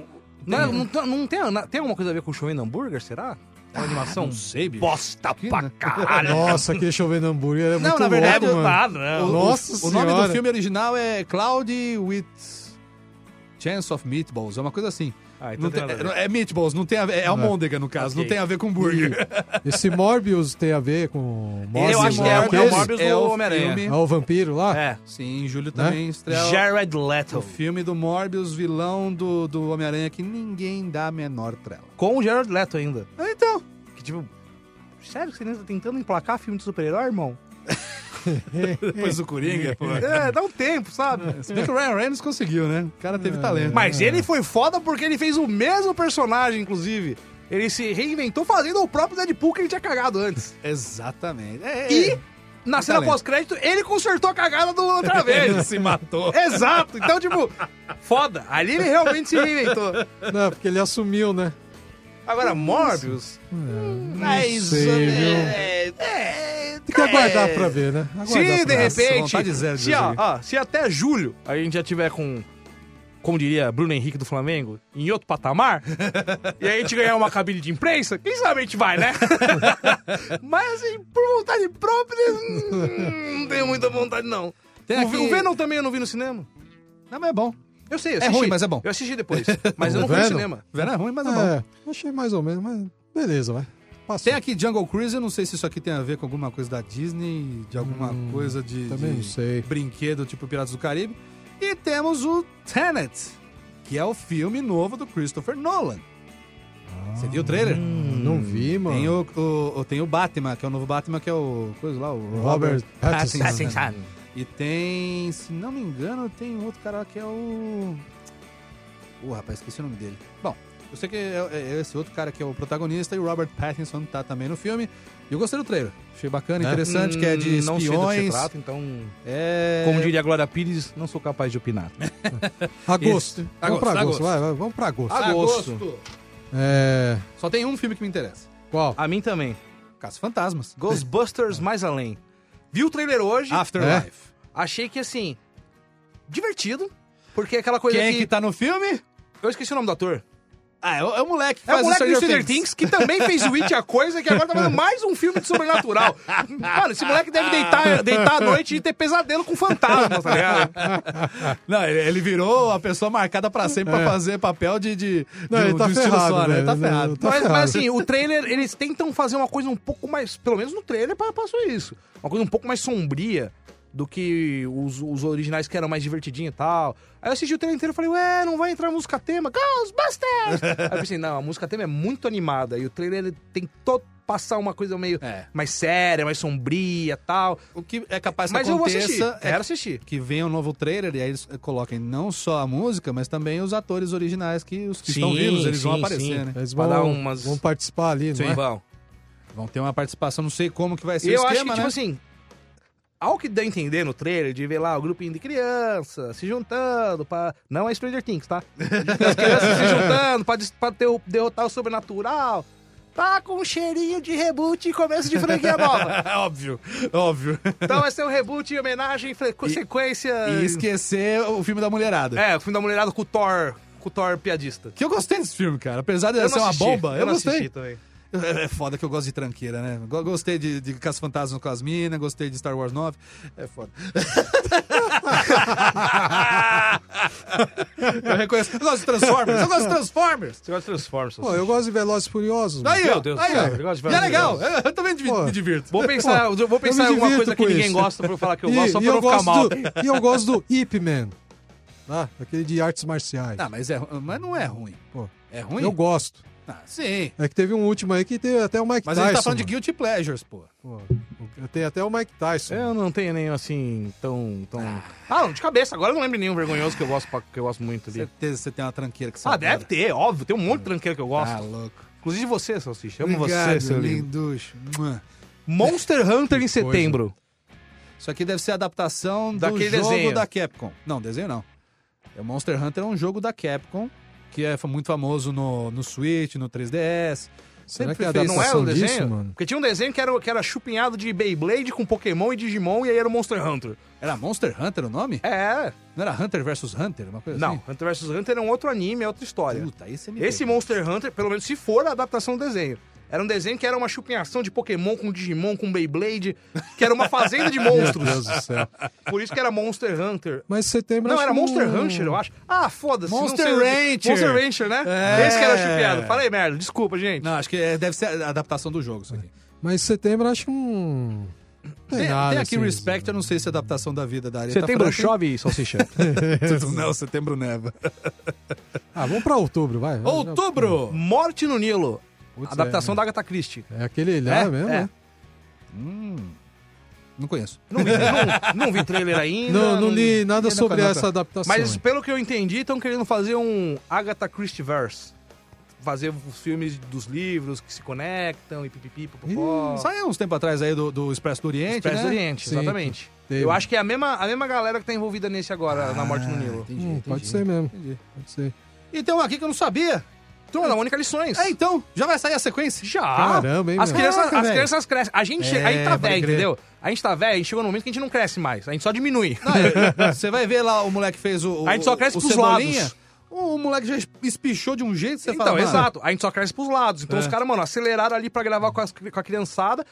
[SPEAKER 2] Não, é- não, tá- não tem, na- tem alguma coisa a ver com o Shonen Hambúrguer, será? Uma animação?
[SPEAKER 1] Não sei, bicho.
[SPEAKER 2] Bosta pra caralho!
[SPEAKER 4] Nossa, aquele chovendo hambúrguer é muito
[SPEAKER 1] Ah, Não, na verdade,
[SPEAKER 4] louco,
[SPEAKER 1] eu-
[SPEAKER 4] mano.
[SPEAKER 2] Ah, não.
[SPEAKER 1] O-
[SPEAKER 4] Nossa
[SPEAKER 1] o, o nome do
[SPEAKER 4] Senhora.
[SPEAKER 1] filme original é Cloudy with Chance of Meatballs, é uma coisa assim.
[SPEAKER 2] Ah, então
[SPEAKER 1] Não
[SPEAKER 2] tem
[SPEAKER 1] tem-
[SPEAKER 2] nada a ver.
[SPEAKER 1] é, é meatballs, não tem a ver, é almôndega no caso,
[SPEAKER 2] Ok.
[SPEAKER 1] não tem a ver com burger.
[SPEAKER 4] Esse Morbius tem a ver com Morbius?
[SPEAKER 2] Eu acho que é, é
[SPEAKER 1] Morbius,
[SPEAKER 2] o
[SPEAKER 4] aquele?
[SPEAKER 2] Morbius
[SPEAKER 1] é
[SPEAKER 2] do
[SPEAKER 1] o
[SPEAKER 2] Homem-Aranha.
[SPEAKER 1] filme.
[SPEAKER 4] É o vampiro lá?
[SPEAKER 2] É.
[SPEAKER 1] Sim, em julho
[SPEAKER 4] Né?
[SPEAKER 1] também estreia o-
[SPEAKER 2] Jared Leto.
[SPEAKER 1] o filme do Morbius, vilão do, do Homem-Aranha, que ninguém dá a menor trela.
[SPEAKER 2] Com o Jared Leto ainda.
[SPEAKER 1] Ah, Então,
[SPEAKER 2] Que tipo... Sério que você ainda tá tentando emplacar filme de super-herói, irmão?
[SPEAKER 1] depois do Coringa, pô.
[SPEAKER 2] É, dá um tempo, sabe?
[SPEAKER 1] Se bem que o Ryan Reynolds conseguiu, né? O cara teve talento.
[SPEAKER 2] Mas ele foi foda porque ele fez o mesmo personagem, inclusive. Ele se reinventou fazendo o próprio Deadpool que ele tinha cagado antes.
[SPEAKER 1] Exatamente. É,
[SPEAKER 2] E,
[SPEAKER 1] é.
[SPEAKER 2] na cena
[SPEAKER 1] talento.
[SPEAKER 2] pós-crédito, ele consertou a cagada do outra
[SPEAKER 1] Ele
[SPEAKER 2] vez.
[SPEAKER 1] se matou.
[SPEAKER 2] Exato. Então, tipo, foda. Ali ele realmente se reinventou.
[SPEAKER 4] Não, porque ele assumiu, né?
[SPEAKER 2] Agora, Morbius...
[SPEAKER 1] Hum,
[SPEAKER 2] Hum,
[SPEAKER 4] Não sei, viu?
[SPEAKER 2] É,
[SPEAKER 4] Tem que aguardar pra ver, né? Aguardar
[SPEAKER 2] Se
[SPEAKER 4] pra
[SPEAKER 2] É. de
[SPEAKER 4] ver.
[SPEAKER 2] repente.
[SPEAKER 1] vontade zero de
[SPEAKER 2] se,
[SPEAKER 1] ver
[SPEAKER 2] ó,
[SPEAKER 1] isso
[SPEAKER 2] ó, se até julho a gente já tiver com. Como diria Bruno Henrique do Flamengo, em outro patamar, e aí a gente ganhar uma cabine de imprensa, quem sabe a gente vai, né? Mas assim, por vontade própria, hum, não tenho muita vontade, não.
[SPEAKER 1] Tem
[SPEAKER 2] o,
[SPEAKER 1] aqui-
[SPEAKER 2] o Venom também eu não vi no cinema.
[SPEAKER 1] Não, mas é bom.
[SPEAKER 2] Eu sei, eu
[SPEAKER 1] É
[SPEAKER 2] assisti.
[SPEAKER 1] ruim, mas é bom.
[SPEAKER 2] Eu assisti depois, mas eu não
[SPEAKER 4] O
[SPEAKER 2] fui no
[SPEAKER 4] Venom?
[SPEAKER 2] cinema.
[SPEAKER 1] Vera é ruim, mas é bom. Hum,
[SPEAKER 4] É, achei mais ou menos, mas beleza, vai. Passou.
[SPEAKER 1] Tem aqui Jungle Cruise, eu não sei se isso aqui tem a ver com alguma coisa da Disney, de alguma coisa de,
[SPEAKER 4] Hum, Também não
[SPEAKER 1] de
[SPEAKER 4] sei.
[SPEAKER 1] brinquedo tipo Piratas do Caribe. E temos o Tenet, que é o filme novo do Christopher Nolan. Você viu o trailer?
[SPEAKER 4] Não vi, mano.
[SPEAKER 1] Tem o, o- o- tem o Batman, que é o novo Batman, que é o. coisa lá, o
[SPEAKER 4] Robert
[SPEAKER 1] Robert
[SPEAKER 4] Pattinson.
[SPEAKER 1] Pattinson. E tem, se não me engano, tem outro cara lá que é o. Uh, rapaz, esqueci o nome dele. Bom, eu sei que é, é esse outro cara que é o protagonista e o Robert Pattinson tá também no filme. E eu gostei do trailer. Achei bacana, interessante, que é de
[SPEAKER 2] Hum, Não sei do que se
[SPEAKER 1] espiões.
[SPEAKER 2] trata, então.
[SPEAKER 1] é...
[SPEAKER 2] Como diria a Glória Pires, não sou capaz de opinar.
[SPEAKER 4] Agosto.
[SPEAKER 1] Isso.
[SPEAKER 4] Vamos pra
[SPEAKER 1] Agosto,
[SPEAKER 4] agosto,
[SPEAKER 1] agosto.
[SPEAKER 4] vai, vai, vamos pra agosto.
[SPEAKER 2] Agosto.
[SPEAKER 4] É.
[SPEAKER 1] Só tem um filme que me interessa.
[SPEAKER 4] Qual?
[SPEAKER 2] A mim também.
[SPEAKER 1] Caça Fantasmas.
[SPEAKER 2] Ghostbusters Mais Além. Vi o trailer hoje, É.
[SPEAKER 1] Afterlife.
[SPEAKER 2] achei que assim. Divertido. Porque é aquela coisa
[SPEAKER 1] Quem é
[SPEAKER 2] que.
[SPEAKER 1] que tá no filme?
[SPEAKER 2] Eu esqueci o nome do ator.
[SPEAKER 1] Ah, é o, é o moleque que
[SPEAKER 2] É o
[SPEAKER 1] faz
[SPEAKER 2] moleque do
[SPEAKER 1] Stranger
[SPEAKER 2] Stranger Things que também fez o It a coisa, que agora tá fazendo mais um filme de sobrenatural. Mano, esse moleque deve deitar, deitar à noite e ter pesadelo com fantasmas, tá ligado?
[SPEAKER 1] Não, ele, ele virou a pessoa marcada pra sempre pra fazer papel de, de,
[SPEAKER 4] Não,
[SPEAKER 1] de,
[SPEAKER 4] ele
[SPEAKER 1] um-
[SPEAKER 4] tá
[SPEAKER 1] de um estilo
[SPEAKER 4] ferrado,
[SPEAKER 1] só, né? Ele É. tá
[SPEAKER 4] velho.
[SPEAKER 1] ferrado.
[SPEAKER 4] Tá
[SPEAKER 2] Mas,
[SPEAKER 4] ferrado.
[SPEAKER 2] mas assim, o trailer, eles tentam fazer uma coisa um pouco mais. Pelo menos no trailer pa- passou isso. Uma coisa um pouco mais sombria. do que os, os originais que eram mais divertidinhos e tal. Aí eu assisti o trailer inteiro e falei, ué, não vai entrar música tema? Ghostbusters! Aí eu pensei, não, a música tema é muito animada e o trailer ele tentou passar uma coisa meio
[SPEAKER 1] É.
[SPEAKER 2] mais séria, mais sombria e tal.
[SPEAKER 1] O que é capaz que
[SPEAKER 2] Mas eu vou
[SPEAKER 1] aconteça
[SPEAKER 2] assistir,
[SPEAKER 1] é
[SPEAKER 2] quero assistir.
[SPEAKER 1] que venha um novo trailer e aí eles coloquem não só a música, mas também os atores originais que os que
[SPEAKER 2] Sim,
[SPEAKER 1] estão vivos, eles vão
[SPEAKER 2] sim,
[SPEAKER 1] aparecer,
[SPEAKER 2] sim.
[SPEAKER 1] né?
[SPEAKER 4] Eles
[SPEAKER 2] Pra
[SPEAKER 4] vão,
[SPEAKER 2] dar umas-
[SPEAKER 4] vão participar ali, não é?
[SPEAKER 2] Vão.
[SPEAKER 1] Vão ter uma participação, não sei como que vai ser
[SPEAKER 2] eu
[SPEAKER 1] o esquema,
[SPEAKER 2] acho que,
[SPEAKER 1] né?
[SPEAKER 2] tipo assim, ao que dá a entender no trailer, de ver lá o grupinho de criança se juntando pra... Não é Stranger Things, tá? As crianças se juntando pra, des- pra ter- derrotar o sobrenatural. Tá com um cheirinho de reboot e começo de franquia nova.
[SPEAKER 1] óbvio, óbvio.
[SPEAKER 2] Então vai ser um reboot em homenagem, frequ- sequência...
[SPEAKER 1] E esquecer o filme da mulherada.
[SPEAKER 2] É, o filme da mulherada com o Thor, com o Thor piadista.
[SPEAKER 1] Que eu gostei desse filme, cara. Apesar de
[SPEAKER 2] Eu
[SPEAKER 1] ser
[SPEAKER 2] não
[SPEAKER 1] é uma
[SPEAKER 2] assisti,
[SPEAKER 1] bomba, eu,
[SPEAKER 2] eu não assisti
[SPEAKER 1] gostei.
[SPEAKER 2] também.
[SPEAKER 1] É foda que eu gosto de tranqueira, né? Go- Gostei de, de Caça Fantasma com as minas, gostei de Star Wars 9. É foda. eu reconheço. Eu gosto de Transformers. Eu gosto de Transformers.
[SPEAKER 2] Você gosta de Transformers.
[SPEAKER 4] Pô, eu gosto de Velozes e Furiosos. mano.
[SPEAKER 1] Aí,
[SPEAKER 2] Meu
[SPEAKER 1] ó,
[SPEAKER 2] Deus do
[SPEAKER 1] aí,
[SPEAKER 2] céu,
[SPEAKER 1] ó.
[SPEAKER 2] eu gosto de
[SPEAKER 1] E é
[SPEAKER 2] vários
[SPEAKER 1] legal. Eu, eu também me,
[SPEAKER 4] Pô.
[SPEAKER 1] me divirto.
[SPEAKER 2] Vou pensar, eu vou pensar em alguma coisa
[SPEAKER 4] divirto
[SPEAKER 2] que
[SPEAKER 4] com
[SPEAKER 2] ninguém
[SPEAKER 4] isso.
[SPEAKER 2] gosta pra eu falar que eu
[SPEAKER 4] E-
[SPEAKER 2] gosto só
[SPEAKER 4] e
[SPEAKER 2] pra eu não ficar
[SPEAKER 4] gosto
[SPEAKER 2] mal.
[SPEAKER 4] do- e eu gosto do Ip Man. Tá? Aquele de artes marciais.
[SPEAKER 1] Ah, mas, é, mas não é ruim.
[SPEAKER 4] Pô,
[SPEAKER 1] É ruim?
[SPEAKER 4] Eu gosto.
[SPEAKER 1] Ah, sim.
[SPEAKER 4] É que teve um último aí que teve até o Mike
[SPEAKER 1] Mas a
[SPEAKER 4] Tyson.
[SPEAKER 1] gente tá falando de Guilty Pleasures, pô.
[SPEAKER 4] Pô, tem até o Mike Tyson.
[SPEAKER 2] Eu não tenho nenhum assim tão. tão... Ah, não, de cabeça. Agora eu não lembro nenhum vergonhoso que eu gosto, pra- que eu gosto muito ali.
[SPEAKER 1] Certeza que você né? tem uma tranqueira que você
[SPEAKER 2] Ah, deve ter, óbvio. Tem um monte de tranqueira que eu gosto.
[SPEAKER 1] Tá louco.
[SPEAKER 2] Inclusive você, Salsicha. Amo
[SPEAKER 1] Obrigado,
[SPEAKER 2] você, seu lindo.
[SPEAKER 1] linducho. Mua.
[SPEAKER 2] Monster Hunter em
[SPEAKER 4] Que coisa.
[SPEAKER 2] setembro.
[SPEAKER 1] Isso aqui deve ser a adaptação do
[SPEAKER 2] Daquele
[SPEAKER 1] jogo
[SPEAKER 2] desenho.
[SPEAKER 1] da Capcom. Não, desenho não. É, O Monster Hunter é um jogo da Capcom, que é fa- muito famoso no, no Switch, no 3DS.
[SPEAKER 4] Será
[SPEAKER 1] Sempre
[SPEAKER 4] que é a
[SPEAKER 1] fez-
[SPEAKER 4] adaptação
[SPEAKER 2] Não era o
[SPEAKER 4] disso,
[SPEAKER 2] desenho?
[SPEAKER 4] mano?
[SPEAKER 2] Porque tinha um desenho que era, que era chupinhado de Beyblade com Pokémon e Digimon e aí era o Monster Hunter.
[SPEAKER 1] Era Monster Hunter o nome?
[SPEAKER 2] É.
[SPEAKER 1] Não era Hunter vs Hunter, uma coisa
[SPEAKER 2] Não,
[SPEAKER 1] assim?
[SPEAKER 2] Hunter vs Hunter é um outro anime, é outra história.
[SPEAKER 1] Puta, aí você me
[SPEAKER 2] Esse
[SPEAKER 1] pegou.
[SPEAKER 2] Monster Hunter, pelo menos se for a adaptação do desenho. Era um desenho que era uma chupinhação de Pokémon com Digimon, com Beyblade, que era uma fazenda de
[SPEAKER 4] Meu
[SPEAKER 2] monstros.
[SPEAKER 4] Deus do céu.
[SPEAKER 2] Por isso que era Monster Hunter.
[SPEAKER 4] Mas setembro
[SPEAKER 2] Não,
[SPEAKER 4] acho
[SPEAKER 2] era
[SPEAKER 4] que um-
[SPEAKER 2] Monster
[SPEAKER 4] não-
[SPEAKER 2] Rancher, eu acho. Ah, foda-se. não
[SPEAKER 1] Monster
[SPEAKER 2] sei o que-
[SPEAKER 1] Rancher.
[SPEAKER 2] Monster Rancher, né?
[SPEAKER 1] É.
[SPEAKER 2] Esse que era chupiado. Falei merda, desculpa, gente.
[SPEAKER 1] Não, acho que é- deve ser a adaptação do jogo isso aqui.
[SPEAKER 4] Mas setembro acho que um- não.
[SPEAKER 1] Tem,
[SPEAKER 4] Tem, nada,
[SPEAKER 1] tem aqui
[SPEAKER 4] assim,
[SPEAKER 1] Respect, eu não sei se é adaptação da vida da área.
[SPEAKER 4] tá
[SPEAKER 1] Tá
[SPEAKER 2] chove, salsicha.
[SPEAKER 1] Não, né, setembro neva.
[SPEAKER 4] Ah, vamos pra outubro, vai. vai,
[SPEAKER 1] Outubro!
[SPEAKER 2] Morte no Nilo.
[SPEAKER 4] Putz,
[SPEAKER 2] adaptação
[SPEAKER 4] é,
[SPEAKER 2] da Agatha Christie.
[SPEAKER 4] É aquele lá
[SPEAKER 2] É,
[SPEAKER 4] mesmo,
[SPEAKER 2] é.
[SPEAKER 4] né?
[SPEAKER 1] Hum, não conheço.
[SPEAKER 2] Não vi, não, não vi trailer ainda.
[SPEAKER 4] Não, não li
[SPEAKER 1] não
[SPEAKER 4] nada
[SPEAKER 1] vi
[SPEAKER 4] sobre
[SPEAKER 1] nada.
[SPEAKER 4] essa adaptação.
[SPEAKER 2] Mas
[SPEAKER 4] hein?
[SPEAKER 2] pelo que eu entendi, estão querendo fazer um Agatha Christie verse. Fazer os filmes dos livros que se conectam e pipipi, popopó.
[SPEAKER 1] Saiu uns tempo atrás aí do, do Expresso do Oriente,
[SPEAKER 2] Expresso
[SPEAKER 1] né?
[SPEAKER 2] do Oriente,
[SPEAKER 4] Sim,
[SPEAKER 2] exatamente.
[SPEAKER 4] teve.
[SPEAKER 2] Eu acho que é a mesma, a mesma galera que tá envolvida nesse agora, na Morte no Nilo.
[SPEAKER 1] Ah, Entendi,
[SPEAKER 4] Hum,
[SPEAKER 1] entendi.
[SPEAKER 4] pode ser mesmo.
[SPEAKER 1] Entendi.
[SPEAKER 4] Pode ser.
[SPEAKER 1] E tem um aqui que eu não sabia.
[SPEAKER 2] Turma da Mônica Lições.
[SPEAKER 1] É, então, já vai sair a sequência?
[SPEAKER 2] Já!
[SPEAKER 4] Caramba, hein,
[SPEAKER 2] as
[SPEAKER 4] meu?
[SPEAKER 2] crianças,
[SPEAKER 4] Caraca,
[SPEAKER 2] as
[SPEAKER 4] velho.
[SPEAKER 2] crianças crescem. A gente chega,
[SPEAKER 1] É,
[SPEAKER 2] aí tá
[SPEAKER 1] pode
[SPEAKER 2] velho,
[SPEAKER 1] crer.
[SPEAKER 2] entendeu? A gente tá velho, a gente chegou num momento que a gente não cresce mais. A gente só diminui.
[SPEAKER 1] Não, Tá, eu- você vai ver lá o moleque fez o. o-
[SPEAKER 2] A gente só cresce
[SPEAKER 1] o
[SPEAKER 2] pros
[SPEAKER 1] Cebolinha.
[SPEAKER 2] lados.
[SPEAKER 1] O moleque já espichou de um jeito, você
[SPEAKER 2] então,
[SPEAKER 1] fala. mano, É.
[SPEAKER 2] exato. A gente só cresce pros lados. Então os caras, mano, aceleraram ali pra gravar com, as- com a criançada.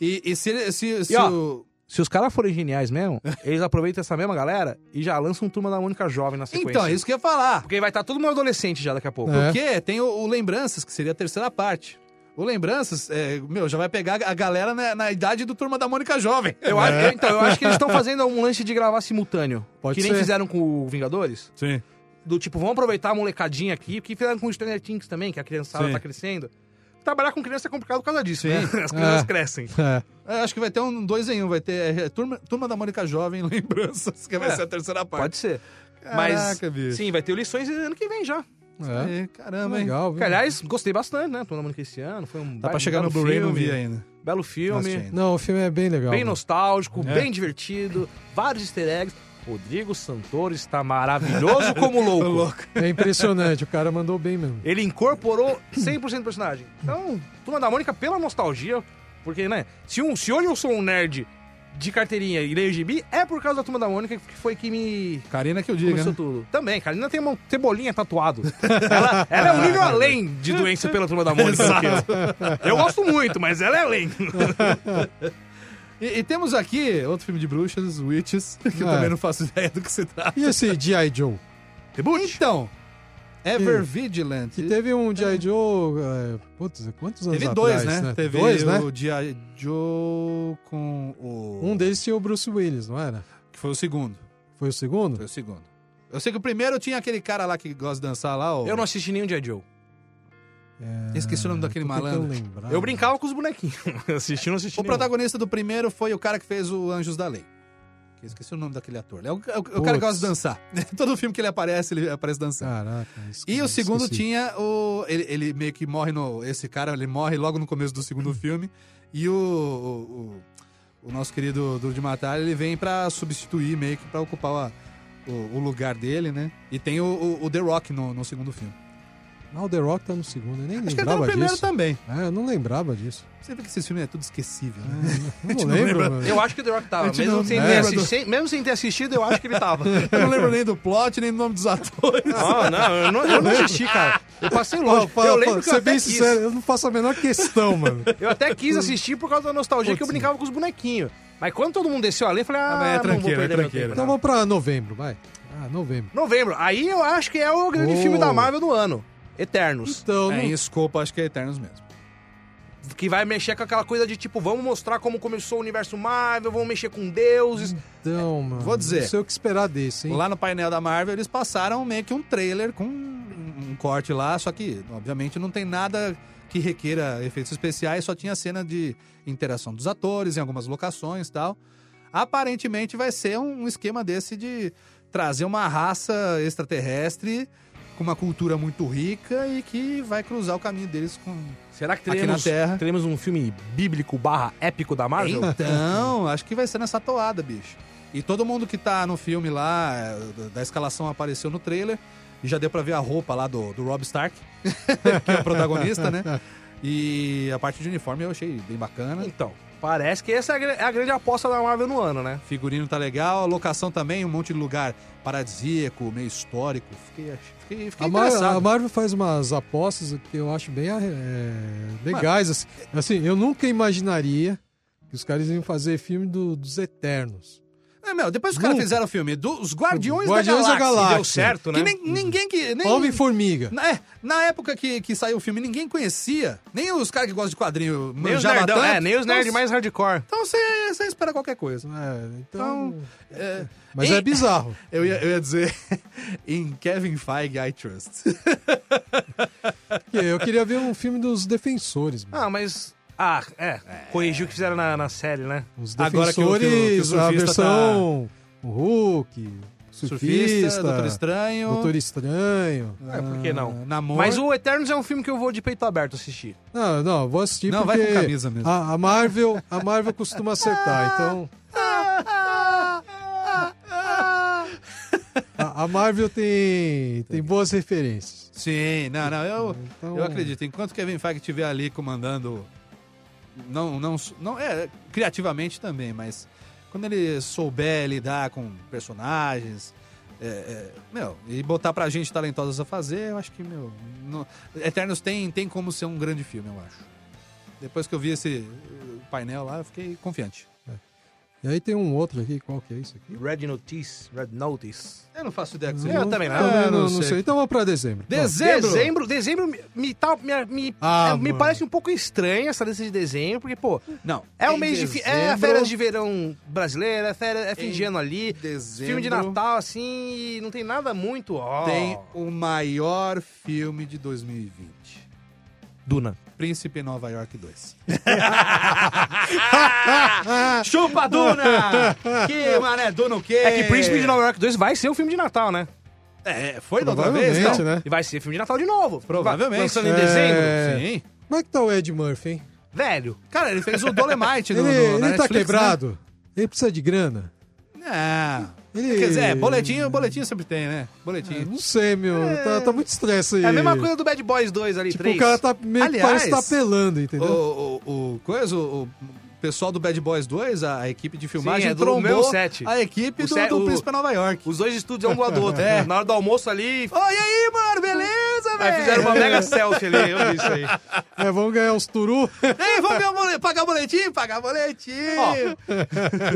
[SPEAKER 1] E, e se, ele- se, se
[SPEAKER 2] ó,
[SPEAKER 1] o-
[SPEAKER 2] Se os caras forem geniais mesmo, eles aproveitam essa mesma galera e já lançam um Turma da Mônica jovem na sequência.
[SPEAKER 1] Então, é isso que eu ia falar.
[SPEAKER 2] Porque vai estar todo mundo adolescente já daqui a pouco.
[SPEAKER 4] É.
[SPEAKER 1] Porque tem o, o Lembranças, que seria a terceira parte. O Lembranças, é, meu, já vai pegar a galera na, na idade do Turma da Mônica Jovem.
[SPEAKER 2] Eu acho,
[SPEAKER 1] É.
[SPEAKER 2] eu- então, eu acho que eles estão fazendo um lance de gravar simultâneo.
[SPEAKER 4] Pode
[SPEAKER 2] que nem
[SPEAKER 4] ser.
[SPEAKER 2] fizeram com o Vingadores.
[SPEAKER 1] Sim.
[SPEAKER 2] Do tipo, vamos aproveitar a molecadinha aqui. Que fizeram com o Stranger Things também, que a criançada
[SPEAKER 1] Sim.
[SPEAKER 2] tá crescendo. Trabalhar com criança é complicado por causa disso,
[SPEAKER 1] Sim.
[SPEAKER 2] né? As crianças
[SPEAKER 4] É.
[SPEAKER 2] crescem.
[SPEAKER 4] É.
[SPEAKER 1] acho que vai ter um dois em um. Vai ter é, Turma, Turma da Mônica Jovem Lembranças, que vai
[SPEAKER 2] É,
[SPEAKER 1] ser a terceira parte.
[SPEAKER 2] Pode ser. Mas,
[SPEAKER 1] Caraca, bicho.
[SPEAKER 2] sim, vai ter lições ano que vem já.
[SPEAKER 4] É.
[SPEAKER 1] É, caramba, hein?
[SPEAKER 4] Legal, viu?
[SPEAKER 2] Que, aliás, gostei bastante, né? Tô na Mônica esse ano. Foi um
[SPEAKER 1] Dá
[SPEAKER 2] belo
[SPEAKER 1] Tá pra chegar no
[SPEAKER 2] filme,
[SPEAKER 1] Blu-ray, não vi ainda.
[SPEAKER 2] Belo
[SPEAKER 1] Não
[SPEAKER 2] filme.
[SPEAKER 1] assisti ainda.
[SPEAKER 4] Não, o filme é bem legal.
[SPEAKER 2] bem
[SPEAKER 4] mano.
[SPEAKER 2] nostálgico,
[SPEAKER 1] É.
[SPEAKER 2] bem divertido, vários easter eggs. Rodrigo Santoro está maravilhoso como louco.
[SPEAKER 4] É impressionante, o cara mandou bem mesmo.
[SPEAKER 2] Ele incorporou 100% do personagem. Então, Turma da Mônica, pela nostalgia, porque, né, se, um, se hoje eu sou um nerd de carteirinha e leio gibi, é por causa da Turma da Mônica que foi que me
[SPEAKER 1] Karina que eu diga,
[SPEAKER 2] começou
[SPEAKER 1] né?
[SPEAKER 2] tudo. Também, cara, ainda tem uma cebolinha tatuado. Ela, ela é um nível além de doença pela Turma da Mônica. Eu gosto muito, mas ela é além.
[SPEAKER 1] E, e temos aqui outro filme de bruxas, Witches, que eu
[SPEAKER 4] Ah.
[SPEAKER 1] também não faço ideia do que se trata.
[SPEAKER 4] E esse G.I. Joe?
[SPEAKER 1] Então, Ever Vigilant.
[SPEAKER 4] Que teve um G.I. Joe. É, putz, quantos anos
[SPEAKER 1] Teve dois,
[SPEAKER 4] atrás,
[SPEAKER 1] né? Teve
[SPEAKER 4] dois, né?
[SPEAKER 1] o G.I. Joe com o...
[SPEAKER 4] Um deles tinha o Bruce Willis, não era?
[SPEAKER 1] Que foi o segundo.
[SPEAKER 4] Foi o segundo?
[SPEAKER 1] Foi o segundo. Eu sei que o primeiro tinha aquele cara lá que gosta de dançar lá, o...
[SPEAKER 2] Eu não assisti nenhum G.I. Joe.
[SPEAKER 1] Esqueci o nome daquele
[SPEAKER 4] Tô tentando
[SPEAKER 1] malandro.
[SPEAKER 4] lembrar.
[SPEAKER 2] Eu brincava com os bonequinhos. assisti, não assisti
[SPEAKER 1] O
[SPEAKER 2] nenhum.
[SPEAKER 1] protagonista do primeiro foi o cara que fez o Anjos da Lei. Que eu Esqueci o nome daquele ator. É o, é o- é o cara que
[SPEAKER 4] Putz.
[SPEAKER 1] gosta de dançar. Todo filme que ele aparece, ele aparece dançando.
[SPEAKER 4] Caraca, isso
[SPEAKER 1] E
[SPEAKER 4] que
[SPEAKER 1] o
[SPEAKER 4] eu
[SPEAKER 1] segundo
[SPEAKER 4] esqueci.
[SPEAKER 1] tinha o. Ele, ele meio que morre no. Esse cara, ele morre logo no começo do
[SPEAKER 4] Uhum.
[SPEAKER 1] segundo filme. E o. o, o- o nosso querido Duro de Matar, ele vem pra substituir, meio que pra ocupar o- o, o lugar dele, né? E tem o, o- o The Rock no, no segundo filme.
[SPEAKER 4] Ah, o The Rock tá no segundo, eu nem
[SPEAKER 1] Acho que ele tá no
[SPEAKER 4] lembrava
[SPEAKER 1] primeiro
[SPEAKER 4] disso.
[SPEAKER 1] também.
[SPEAKER 4] É, eu não lembrava disso.
[SPEAKER 1] Você vê que esse filme é tudo esquecível,
[SPEAKER 4] É,
[SPEAKER 1] né?
[SPEAKER 4] eu não
[SPEAKER 1] não
[SPEAKER 4] lembro.
[SPEAKER 1] lembra.
[SPEAKER 4] mano.
[SPEAKER 2] Eu acho que o The Rock tava.
[SPEAKER 1] gente
[SPEAKER 2] Mesmo
[SPEAKER 1] não né?
[SPEAKER 2] sem, ter
[SPEAKER 1] lembra
[SPEAKER 2] assi-
[SPEAKER 1] do-
[SPEAKER 2] sem- mesmo sem ter assistido, eu acho que ele tava.
[SPEAKER 1] Eu não lembro nem do plot, nem do nome dos atores.
[SPEAKER 2] Não, não, eu não, eu não assisti, cara. Eu passei longe.
[SPEAKER 4] Fala,
[SPEAKER 2] eu
[SPEAKER 4] fala,
[SPEAKER 2] lembro que eu
[SPEAKER 4] ser
[SPEAKER 2] até
[SPEAKER 4] bem
[SPEAKER 2] quis.
[SPEAKER 4] sincero, eu não faço a menor questão, mano.
[SPEAKER 2] Eu até quis assistir por causa da nostalgia que eu
[SPEAKER 4] Putz.
[SPEAKER 2] brincava com os bonequinhos. Mas quando todo mundo desceu ali, eu falei,
[SPEAKER 1] mas é
[SPEAKER 2] ah, não vou
[SPEAKER 1] tranqueira, é
[SPEAKER 2] perder meu
[SPEAKER 1] tranqueira.
[SPEAKER 2] tempo.
[SPEAKER 4] Então
[SPEAKER 2] não.
[SPEAKER 4] vamos pra novembro, vai. Ah, novembro.
[SPEAKER 2] Novembro. Aí eu acho que é o grande
[SPEAKER 4] Oh.
[SPEAKER 2] filme da Marvel do ano. Eternos.
[SPEAKER 4] Então,
[SPEAKER 1] É,
[SPEAKER 4] não-
[SPEAKER 1] em escopo, acho que é Eternos mesmo.
[SPEAKER 2] Que vai mexer com aquela coisa de tipo, vamos mostrar como começou o universo Marvel, vamos mexer com deuses.
[SPEAKER 4] então, mano.
[SPEAKER 1] vou dizer.
[SPEAKER 4] Não sei o que esperar desse, hein?
[SPEAKER 1] Lá no painel da Marvel, eles passaram meio que um trailer com um um corte lá, só que, obviamente, não tem nada que requeira efeitos especiais, só tinha cena de interação dos atores em algumas locações e tal. Aparentemente vai ser um um esquema desse de trazer uma raça extraterrestre com uma cultura muito rica e que vai cruzar o caminho deles com.
[SPEAKER 2] Será que
[SPEAKER 1] Aqui na
[SPEAKER 2] teremos,
[SPEAKER 1] Terra.
[SPEAKER 2] teremos um filme bíblico barra épico da Marvel?
[SPEAKER 1] Então, acho que vai ser nessa toada, bicho. E todo mundo que tá no filme lá, é, da- da escalação apareceu no trailer. E já deu pra ver a roupa lá do, do Rob Stark, que é o protagonista, né? E a parte de uniforme eu achei bem bacana.
[SPEAKER 2] Então, parece que essa é a gr- é a grande aposta da Marvel no ano, né?
[SPEAKER 1] Figurino tá legal, a locação também, um monte de lugar paradisíaco, meio histórico. Fiquei, ach- fiquei, fiquei
[SPEAKER 4] A, Mar-
[SPEAKER 1] interessado.
[SPEAKER 4] a Marvel faz umas apostas que eu acho bem é, legais. Assim. Assim, eu nunca imaginaria que os caras iam fazer filme do- dos Eternos.
[SPEAKER 1] É, meu, depois os caras
[SPEAKER 4] Nunca.
[SPEAKER 1] fizeram o filme dos Guardiões,
[SPEAKER 4] Guardiões
[SPEAKER 1] da
[SPEAKER 4] da
[SPEAKER 1] Galáxia.
[SPEAKER 4] Galáxia.
[SPEAKER 2] Deu certo, né?
[SPEAKER 1] Que nem- ninguém que... Nem...
[SPEAKER 4] Homem-Formiga.
[SPEAKER 1] Na, é, na época que, que saiu o filme, ninguém conhecia. Nem os caras que gostam de quadrinho
[SPEAKER 2] Nem os
[SPEAKER 1] manjava
[SPEAKER 2] nerdão,
[SPEAKER 1] tanto.
[SPEAKER 2] é, nem os nerd
[SPEAKER 1] Então,
[SPEAKER 2] mais hardcore.
[SPEAKER 1] Então você você espera qualquer coisa.
[SPEAKER 4] É, então,
[SPEAKER 1] Então, é,
[SPEAKER 4] mas
[SPEAKER 1] e-
[SPEAKER 4] é bizarro.
[SPEAKER 1] eu, ia, eu ia dizer, em Kevin Feige, I trust.
[SPEAKER 4] Porque Eu queria ver um filme dos defensores. mano.
[SPEAKER 2] Ah, mas. Ah, é. Corrigiu o que fizeram na, na série, né?
[SPEAKER 4] Os
[SPEAKER 1] agora que o- que o- que o
[SPEAKER 4] defensores, a
[SPEAKER 1] surfista tá-
[SPEAKER 4] versão o Hulk, surfista,
[SPEAKER 1] Surfista, Doutor Estranho.
[SPEAKER 4] Doutor Estranho.
[SPEAKER 2] É, por que não?
[SPEAKER 1] Namor.
[SPEAKER 2] Mas o Eternos é um filme que eu vou de peito aberto assistir.
[SPEAKER 4] Não, não, eu vou assistir
[SPEAKER 1] Não, vai
[SPEAKER 4] porque
[SPEAKER 1] com camisa mesmo.
[SPEAKER 4] A, a Marvel, a Marvel costuma acertar, então... A, a Marvel tem, tem boas referências.
[SPEAKER 1] Sim, não, não, eu,
[SPEAKER 4] Então-
[SPEAKER 1] eu acredito. Enquanto Kevin Feige estiver ali comandando. Não, não, não. É, criativamente também, mas quando ele souber lidar com personagens. é, é, meu, e botar pra gente talentosa a fazer, eu acho que, meu. não- Eternos tem, tem como ser um grande filme, eu acho. Depois que eu vi esse eh, painel lá, eu fiquei confiante.
[SPEAKER 4] E aí tem um outro aqui, qual que é isso aqui?
[SPEAKER 2] Red Notice. Red Notice.
[SPEAKER 1] Eu não faço ideia que
[SPEAKER 2] Eu também não.
[SPEAKER 4] também
[SPEAKER 1] Eu não
[SPEAKER 4] não
[SPEAKER 1] sei.
[SPEAKER 4] sei. Então vamos pra dezembro.
[SPEAKER 1] Dezembro!
[SPEAKER 2] Dezembro, dezembro me, me, tá- me, me-
[SPEAKER 4] Ah,
[SPEAKER 2] é, me
[SPEAKER 4] mano.
[SPEAKER 2] parece um pouco estranha essa lista de dezembro, porque, pô,
[SPEAKER 1] Não.
[SPEAKER 2] é o
[SPEAKER 1] em
[SPEAKER 2] mês de. fi- É
[SPEAKER 1] dezembro-
[SPEAKER 2] férias de verão brasileira, é, férias, é fim de ano ali.
[SPEAKER 1] dezembro,
[SPEAKER 2] Filme de Natal, assim, e não tem nada muito. ó.
[SPEAKER 1] tem o maior filme de 2020.
[SPEAKER 2] Duna.
[SPEAKER 1] Príncipe em Nova York 2.
[SPEAKER 2] Chupa Duna!
[SPEAKER 1] que mané, Duna o quê?
[SPEAKER 2] É que Príncipe de Nova York 2 vai ser o filme de Natal, né?
[SPEAKER 1] É, foi da outra vez,
[SPEAKER 4] Provavelmente,
[SPEAKER 1] não?
[SPEAKER 4] né?
[SPEAKER 2] então? E vai ser filme de Natal de novo.
[SPEAKER 1] Provavelmente.
[SPEAKER 2] Lançando em dezembro.
[SPEAKER 4] É.
[SPEAKER 1] Sim.
[SPEAKER 4] Como é que tá o Ed Murphy, hein?
[SPEAKER 2] Velho.
[SPEAKER 1] Cara, ele fez o Dolemite
[SPEAKER 4] Ele,
[SPEAKER 1] no, no,
[SPEAKER 4] ele tá
[SPEAKER 1] na
[SPEAKER 2] né?
[SPEAKER 1] Netflix,
[SPEAKER 4] quebrado? Ele precisa de grana?
[SPEAKER 1] Né? Não.
[SPEAKER 4] Ele-
[SPEAKER 1] Quer dizer, é, boletinho, boletinho sempre tem, né? Boletinho.
[SPEAKER 4] Não sei, meu.
[SPEAKER 1] é
[SPEAKER 4] Tá, tá muito estresse aí.
[SPEAKER 2] É a mesma coisa do Bad Boys 2 ali,
[SPEAKER 4] Tipo,
[SPEAKER 2] 3.
[SPEAKER 4] o cara tá meio que
[SPEAKER 1] Aliás,
[SPEAKER 4] parece que tá apelando,
[SPEAKER 1] O,
[SPEAKER 4] entendeu?
[SPEAKER 1] o, o coisa, o, o pessoal do Bad Boys 2, a, a equipe de filmagem,
[SPEAKER 2] é do
[SPEAKER 1] trombou
[SPEAKER 2] meu set.
[SPEAKER 1] a equipe
[SPEAKER 2] O
[SPEAKER 1] do,
[SPEAKER 2] set-
[SPEAKER 1] do
[SPEAKER 2] o-
[SPEAKER 1] Príncipe em Nova York.
[SPEAKER 2] Os dois estúdios um do lado do outro.
[SPEAKER 4] É.
[SPEAKER 2] Na hora do almoço ali.
[SPEAKER 1] Ô, e aí, mano, beleza, velho?
[SPEAKER 2] Aí fizeram uma mega selfie ali, eu vi isso aí.
[SPEAKER 4] É, vamos ganhar uns turu.
[SPEAKER 1] Ei, vamos ver o boletim, pagar boletim? Pagar boletim!
[SPEAKER 2] Ó,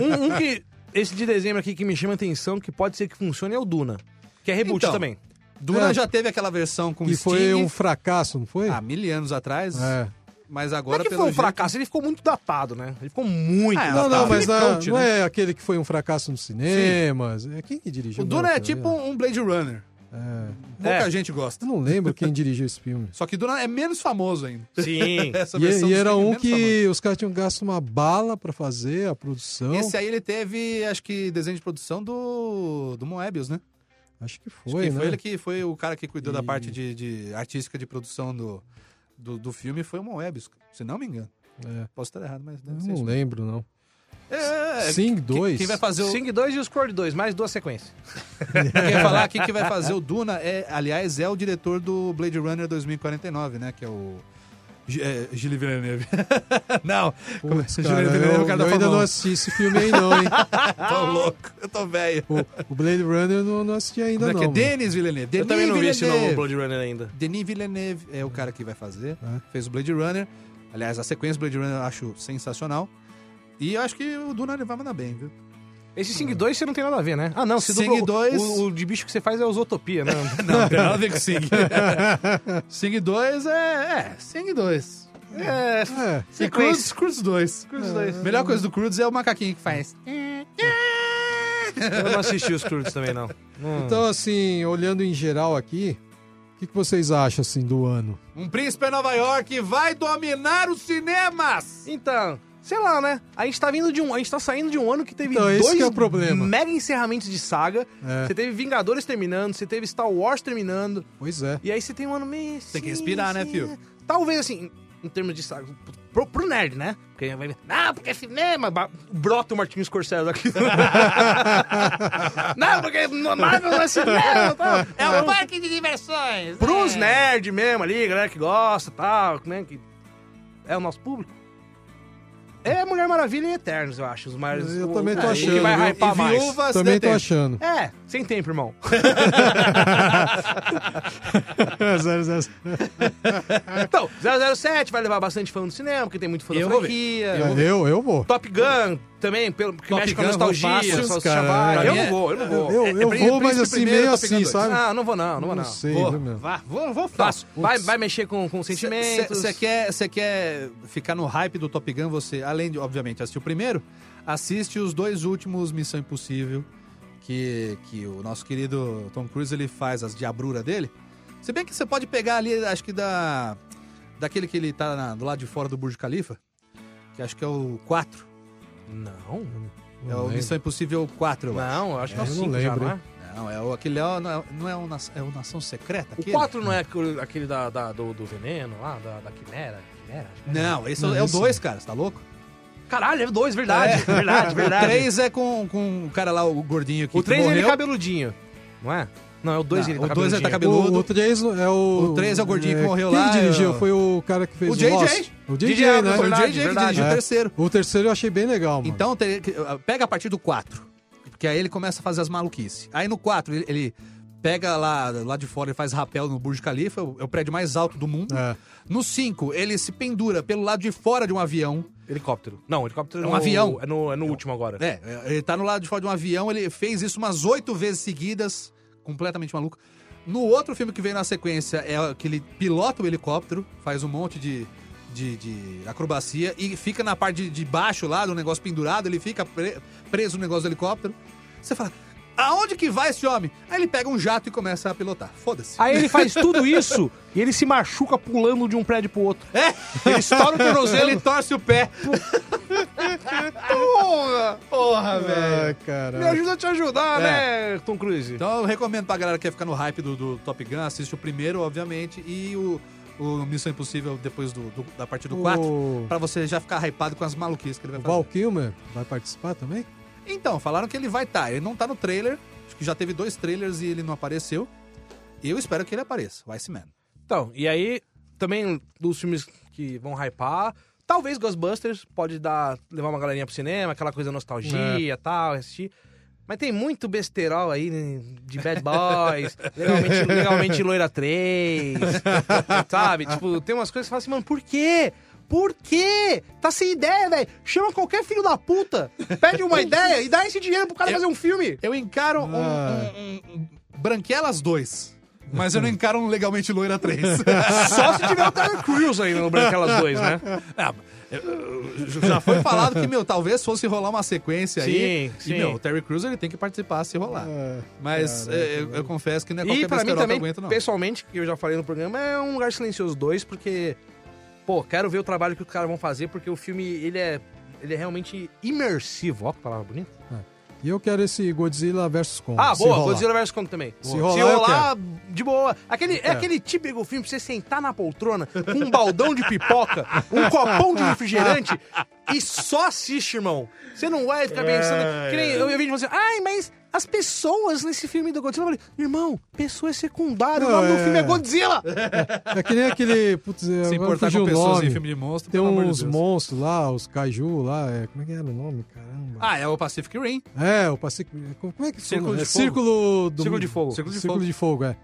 [SPEAKER 2] um, um que. Esse de dezembro aqui que me chama a atenção, que pode ser que funcione, é o Duna. Que é reboot
[SPEAKER 1] Então,
[SPEAKER 2] também.
[SPEAKER 1] Duna
[SPEAKER 4] É.
[SPEAKER 1] já teve aquela versão com Ah,
[SPEAKER 4] Que
[SPEAKER 1] Sting
[SPEAKER 4] foi um fracasso, não foi?
[SPEAKER 1] há mil anos atrás,
[SPEAKER 4] É.
[SPEAKER 1] mas
[SPEAKER 2] Não é
[SPEAKER 1] agora
[SPEAKER 2] que
[SPEAKER 1] pelo
[SPEAKER 2] foi um
[SPEAKER 1] jeito-
[SPEAKER 2] fracasso, ele ficou muito datado, né? Ele ficou muito
[SPEAKER 1] Ah,
[SPEAKER 2] datado.
[SPEAKER 4] Não, não,
[SPEAKER 1] tá.
[SPEAKER 4] mas
[SPEAKER 1] Filme
[SPEAKER 4] na-
[SPEAKER 1] cult,
[SPEAKER 4] não
[SPEAKER 1] né?
[SPEAKER 4] é aquele que foi um fracasso nos cinemas. É quem que dirigiu?
[SPEAKER 1] O Duna é
[SPEAKER 4] mesmo,
[SPEAKER 1] tipo
[SPEAKER 4] né?
[SPEAKER 1] um Blade Runner.
[SPEAKER 4] É.
[SPEAKER 1] Pouca
[SPEAKER 2] É.
[SPEAKER 1] gente gosta.
[SPEAKER 4] Eu não lembro quem dirigiu esse filme.
[SPEAKER 1] Só que Duna é menos famoso ainda.
[SPEAKER 5] Sim.
[SPEAKER 1] Essa
[SPEAKER 4] E,
[SPEAKER 1] versão
[SPEAKER 4] e
[SPEAKER 1] do
[SPEAKER 4] era
[SPEAKER 1] Sting é
[SPEAKER 4] um
[SPEAKER 1] menos
[SPEAKER 4] que os caras tinham gasto uma bala pra fazer a produção.
[SPEAKER 1] famosa. Esse é- aí ele teve, acho que, desenho de produção do, do Moebius, né?
[SPEAKER 4] Acho que
[SPEAKER 1] Acho
[SPEAKER 4] foi,
[SPEAKER 1] que
[SPEAKER 4] né?
[SPEAKER 1] foi ele que foi o cara que cuidou da
[SPEAKER 4] E-
[SPEAKER 1] parte de, de artística de produção do, do, do filme, foi o Moebius, se não me engano.
[SPEAKER 4] É.
[SPEAKER 1] Posso estar errado, mas
[SPEAKER 4] Eu
[SPEAKER 1] deve ser
[SPEAKER 4] não
[SPEAKER 1] isso.
[SPEAKER 4] lembro, não.
[SPEAKER 1] É, é,
[SPEAKER 4] Sing
[SPEAKER 1] quem-
[SPEAKER 4] 2.
[SPEAKER 1] Quem vai fazer o,
[SPEAKER 2] Sing 2 e o Score 2, mais duas sequências.
[SPEAKER 1] Quem falar aqui que vai fazer o Duna é, aliás, é o diretor do Blade Runner 2049, né? Que é o. G- é, Gilles Villeneuve. não,
[SPEAKER 4] Putz,
[SPEAKER 1] Júlio
[SPEAKER 4] cara,
[SPEAKER 1] Villeneuve,
[SPEAKER 4] eu, eu
[SPEAKER 1] o cara tá
[SPEAKER 4] ainda
[SPEAKER 1] falando.
[SPEAKER 4] não é assisti esse filme aí, não, hein?
[SPEAKER 1] tô louco, eu tô velho.
[SPEAKER 4] O, o Blade Runner eu não, não assisti ainda,
[SPEAKER 1] Como é que é?
[SPEAKER 4] não. mano.
[SPEAKER 1] Denis Villeneuve.
[SPEAKER 5] Eu
[SPEAKER 1] Denis
[SPEAKER 5] também não vi esse novo
[SPEAKER 1] Villeneuve.
[SPEAKER 5] Blood Runner ainda.
[SPEAKER 1] Denis Villeneuve é o cara que vai fazer.
[SPEAKER 4] É.
[SPEAKER 1] Fez o Blade Runner. Aliás, a sequência do Blade Runner eu acho sensacional. E eu acho que o Duna ele vai mandar bem, viu?
[SPEAKER 2] Esse
[SPEAKER 1] Hum.
[SPEAKER 2] Sing 2 você não tem nada a ver, né? Ah, não. Se
[SPEAKER 1] Sing
[SPEAKER 2] dubla-
[SPEAKER 1] 2.
[SPEAKER 2] O, o de bicho que você faz é o Zootopia, né?
[SPEAKER 1] Não, não tem nada a ver com Sing. Sing 2 é. É, Sing 2.
[SPEAKER 2] é.
[SPEAKER 4] É,
[SPEAKER 1] E
[SPEAKER 2] Sequência.
[SPEAKER 1] Cruz, Cruz 2.
[SPEAKER 2] Cruz 2.
[SPEAKER 1] Melhor coisa do Cruz é o macaquinho que faz.
[SPEAKER 2] Eu não assisti os Croods também, não. Hum.
[SPEAKER 4] Então, assim, olhando em geral aqui, o que, que vocês acham, assim, do ano?
[SPEAKER 1] Um príncipe em Nova York vai dominar os cinemas!
[SPEAKER 2] Então, sei lá, né? A gente tá vindo de um. A gente tá saindo de um ano que teve
[SPEAKER 4] Então, esse
[SPEAKER 2] dois
[SPEAKER 4] que é o problema.
[SPEAKER 2] mega encerramentos de saga.
[SPEAKER 4] É,
[SPEAKER 2] Você teve Vingadores terminando, você teve Star Wars terminando.
[SPEAKER 4] pois é.
[SPEAKER 2] E aí você tem um ano meio.
[SPEAKER 1] Tem que respirar, né, fio?
[SPEAKER 2] Talvez assim, em, em termos de saga. Pro, pro nerd, né? Porque vai ver. Não, porque é cinema. ba- Brota o Martinho Scorsese aqui. não, porque no- Marvel não é cinema. Tal. É um parque de diversões.
[SPEAKER 1] É.
[SPEAKER 2] Pros nerd mesmo ali, galera que gosta e tal, né? Que é o nosso público. É Mulher Maravilha e Eternos, eu acho. Os maiores,
[SPEAKER 4] Eu
[SPEAKER 2] o-
[SPEAKER 4] também tô
[SPEAKER 2] o que
[SPEAKER 4] achando,
[SPEAKER 2] vai
[SPEAKER 4] viu?
[SPEAKER 2] hypar
[SPEAKER 1] e
[SPEAKER 2] mais.
[SPEAKER 1] viúvas
[SPEAKER 4] Também tô
[SPEAKER 1] detém.
[SPEAKER 4] achando.
[SPEAKER 2] É, sem tempo, irmão.
[SPEAKER 1] Ah,
[SPEAKER 4] Zero, zero, zero.
[SPEAKER 2] Então, 007 vai levar bastante fã do cinema, porque tem muito fã
[SPEAKER 1] Eu
[SPEAKER 2] da
[SPEAKER 1] vou ver.
[SPEAKER 2] franquia.
[SPEAKER 4] Eu, É, eu, vou.
[SPEAKER 2] Top Gun também, pelo, que
[SPEAKER 1] Top
[SPEAKER 2] mexe com
[SPEAKER 1] Gun,
[SPEAKER 2] a nostalgia.
[SPEAKER 1] Roubaços,
[SPEAKER 2] salsicha
[SPEAKER 4] cara.
[SPEAKER 2] vai.
[SPEAKER 1] Pra
[SPEAKER 2] Eu
[SPEAKER 1] mim é-
[SPEAKER 2] não vou, eu não vou.
[SPEAKER 4] Eu, eu
[SPEAKER 1] Prin-
[SPEAKER 4] vou, mas
[SPEAKER 1] Príncipe
[SPEAKER 4] assim,
[SPEAKER 1] primeiro,
[SPEAKER 4] meio
[SPEAKER 1] tá Top Gun
[SPEAKER 4] assim,
[SPEAKER 1] dois.
[SPEAKER 4] sabe?
[SPEAKER 2] Ah, não vou não, não vou não.
[SPEAKER 4] Não sei, né?
[SPEAKER 1] Pô,
[SPEAKER 4] viu, meu?
[SPEAKER 1] vá, vou, vou
[SPEAKER 2] Fácil.
[SPEAKER 1] fácil.
[SPEAKER 2] Vai, vai mexer com, com sentimentos.
[SPEAKER 1] Você quer, cê quer ficar no hype do Top Gun, você, além de, obviamente, assistir o primeiro, assiste os dois últimos Missão Impossível, que, que o nosso querido Tom Cruise ele faz as diabruras dele. Se bem que você pode pegar ali, acho que da. Daquele que ele tá na- do lado de fora do Burj Khalifa, que acho que é o 4.
[SPEAKER 2] Não,
[SPEAKER 1] É
[SPEAKER 4] Não
[SPEAKER 1] o
[SPEAKER 4] lembro.
[SPEAKER 1] Missão Impossível 4, eu acho.
[SPEAKER 2] não, eu acho que é o
[SPEAKER 4] Eu não
[SPEAKER 2] 5 já,
[SPEAKER 4] lembro,
[SPEAKER 2] não é?
[SPEAKER 4] hein?
[SPEAKER 1] Não, é o, aquele é, o- não é, não é o, na- é o Nação Secreta?
[SPEAKER 2] O
[SPEAKER 1] aquele?
[SPEAKER 2] 4 não é aquele- aquele da, da- do, do veneno lá, da, da quimera? quimera acho que é.
[SPEAKER 1] Não, esse é o-
[SPEAKER 4] Não,
[SPEAKER 1] é o
[SPEAKER 4] esse-
[SPEAKER 1] 2, cara, você tá louco?
[SPEAKER 2] Caralho, é o 2, verdade, verdade, verdade.
[SPEAKER 1] O 3 é com, com o cara lá, o gordinho que
[SPEAKER 2] O 3 ele
[SPEAKER 1] morreu.
[SPEAKER 2] é cabeludinho, não é? Não, é o 2
[SPEAKER 1] Não,
[SPEAKER 2] ele tá
[SPEAKER 1] o dois
[SPEAKER 2] cabeludinho.
[SPEAKER 1] ele tá cabe-
[SPEAKER 4] O,
[SPEAKER 1] cabeludo.
[SPEAKER 4] o 3 é o.
[SPEAKER 1] O três é o gordinho que morreu
[SPEAKER 4] quem
[SPEAKER 1] lá,
[SPEAKER 4] Quem dirigiu?
[SPEAKER 1] é o-
[SPEAKER 4] Foi o cara que fez
[SPEAKER 1] O
[SPEAKER 4] o
[SPEAKER 1] JJ.
[SPEAKER 4] Lost. O JJ,
[SPEAKER 2] JJ,
[SPEAKER 4] né?
[SPEAKER 1] Foi o
[SPEAKER 2] Verdade,
[SPEAKER 1] JJ que
[SPEAKER 2] verdade.
[SPEAKER 1] dirigiu o
[SPEAKER 4] É.
[SPEAKER 1] terceiro.
[SPEAKER 4] O terceiro eu achei bem legal, mano.
[SPEAKER 1] Então, teria que- pega a partir do 4. Porque aí ele começa a fazer as maluquices. Aí no 4, ele, ele pega lá, lá de fora e faz rapel no Burj Khalifa, é o é o prédio mais alto do mundo.
[SPEAKER 4] É.
[SPEAKER 1] No 5, ele se pendura pelo lado de fora de um avião.
[SPEAKER 2] Helicóptero. É. Não, helicóptero
[SPEAKER 1] É um
[SPEAKER 2] no-
[SPEAKER 1] avião.
[SPEAKER 2] É no, é no último agora.
[SPEAKER 1] É, é, ele tá no lado de fora de um avião, ele fez isso umas oito vezes seguidas, completamente maluco. No outro filme que veio na sequência é que ele pilota o helicóptero, faz um monte de, de, de acrobacia e fica na parte de, de baixo lá, do negócio pendurado, ele fica pre- preso no negócio do helicóptero. Você fala, aonde que vai esse homem? Aí ele pega um jato e começa a pilotar. Foda-se.
[SPEAKER 2] Aí ele faz tudo isso e ele se machuca pulando de um prédio pro outro. É? Ele estoura o tornozelo.
[SPEAKER 1] Ele torce o pé.
[SPEAKER 2] Porra!
[SPEAKER 1] Porra,
[SPEAKER 4] Ai,
[SPEAKER 2] Me
[SPEAKER 4] caralho.
[SPEAKER 2] ajuda a te ajudar,
[SPEAKER 1] É.
[SPEAKER 2] né, Tom Cruise?
[SPEAKER 1] Então eu recomendo pra galera que quer ficar no hype do, do Top Gun, assiste o primeiro, obviamente, e o, o Missão Impossível depois do, do- da parte do 4,
[SPEAKER 4] O,
[SPEAKER 1] pra você já ficar hypado com as maluquices que ele
[SPEAKER 4] o
[SPEAKER 1] vai fazer.
[SPEAKER 4] Val Kilmer vai participar também?
[SPEAKER 1] Então, falaram que ele vai estar. Ele não tá no trailer, acho que já teve dois trailers e ele não apareceu. E eu espero que ele apareça, o Iceman.
[SPEAKER 2] Então, e aí, também dos filmes que vão hypar, talvez Ghostbusters pode dar, levar uma galerinha pro cinema, aquela coisa nostalgia e tal, assistir. Mas tem muito besterol aí né, de Bad Boys, legalmente, legalmente Loira 3, sabe? Tipo, tem umas coisas que você fala assim, mano, por quê? Por quê? Tá sem ideia, velho. Chama qualquer filho da puta, pede uma ideia e dá esse dinheiro pro cara fazer um filme.
[SPEAKER 1] Eu encaro um,
[SPEAKER 4] Ah.
[SPEAKER 1] um- um- um Branquelas 2. Mas eu não encaro um legalmente loira 3.
[SPEAKER 2] Só se tiver o Terry Crews ainda no Branquelas 2, né?
[SPEAKER 1] É, Já foi falado que, meu, talvez fosse rolar uma sequência aí.
[SPEAKER 2] Sim, sim.
[SPEAKER 1] E, meu, o Terry Crews ele tem que participar se rolar.
[SPEAKER 4] É,
[SPEAKER 1] Mas
[SPEAKER 4] cara,
[SPEAKER 1] é, eu, eu confesso que não é
[SPEAKER 2] E
[SPEAKER 1] qualquer
[SPEAKER 2] pra mim
[SPEAKER 1] besterol que eu
[SPEAKER 2] também,
[SPEAKER 1] aguento, não.
[SPEAKER 2] pessoalmente, que eu já falei no programa, é um lugar silencioso 2, porque. Pô, quero ver o trabalho que os caras vão fazer, porque o filme, ele é. Ele é realmente imersivo. Ó, que palavra bonita.
[SPEAKER 4] E eu quero esse Godzilla vs Kong.
[SPEAKER 2] Ah,
[SPEAKER 4] se
[SPEAKER 2] boa,
[SPEAKER 4] rolar.
[SPEAKER 2] Godzilla vs Kong também.
[SPEAKER 4] Se
[SPEAKER 2] Boa.
[SPEAKER 4] rolar,
[SPEAKER 2] Se
[SPEAKER 4] eu
[SPEAKER 2] rolar, de boa. Aquele, é aquele típico filme pra você sentar na poltrona com um baldão de pipoca, um copão de refrigerante e só assiste, irmão. Você não vai ficar pensando. Que nem eu eu vi de você, ai, mas as pessoas nesse filme do Godzilla, eu falei, irmão, pessoa é secundária, o
[SPEAKER 4] Não,
[SPEAKER 2] nome do
[SPEAKER 4] é.
[SPEAKER 2] filme é Godzilla.
[SPEAKER 4] É que nem aquele. Putz,
[SPEAKER 1] Se
[SPEAKER 4] agora
[SPEAKER 1] importar
[SPEAKER 4] fugiu
[SPEAKER 1] com
[SPEAKER 4] o
[SPEAKER 1] pessoas
[SPEAKER 4] nome.
[SPEAKER 1] em filme de monstro,
[SPEAKER 4] Tem
[SPEAKER 1] pelo amor de
[SPEAKER 4] uns
[SPEAKER 1] Deus.
[SPEAKER 4] monstros lá, os Kaiju lá. é, como é que era o nome? Caramba.
[SPEAKER 1] Ah, é o Pacific Rim.
[SPEAKER 4] É, o Pacífico. Como é que
[SPEAKER 1] Círculo
[SPEAKER 4] chama?
[SPEAKER 1] de
[SPEAKER 4] é,
[SPEAKER 1] Fogo.
[SPEAKER 4] Círculo do
[SPEAKER 2] Círculo de Fogo.
[SPEAKER 1] Círculo de
[SPEAKER 4] Círculo
[SPEAKER 1] Fogo.
[SPEAKER 4] de Fogo, é.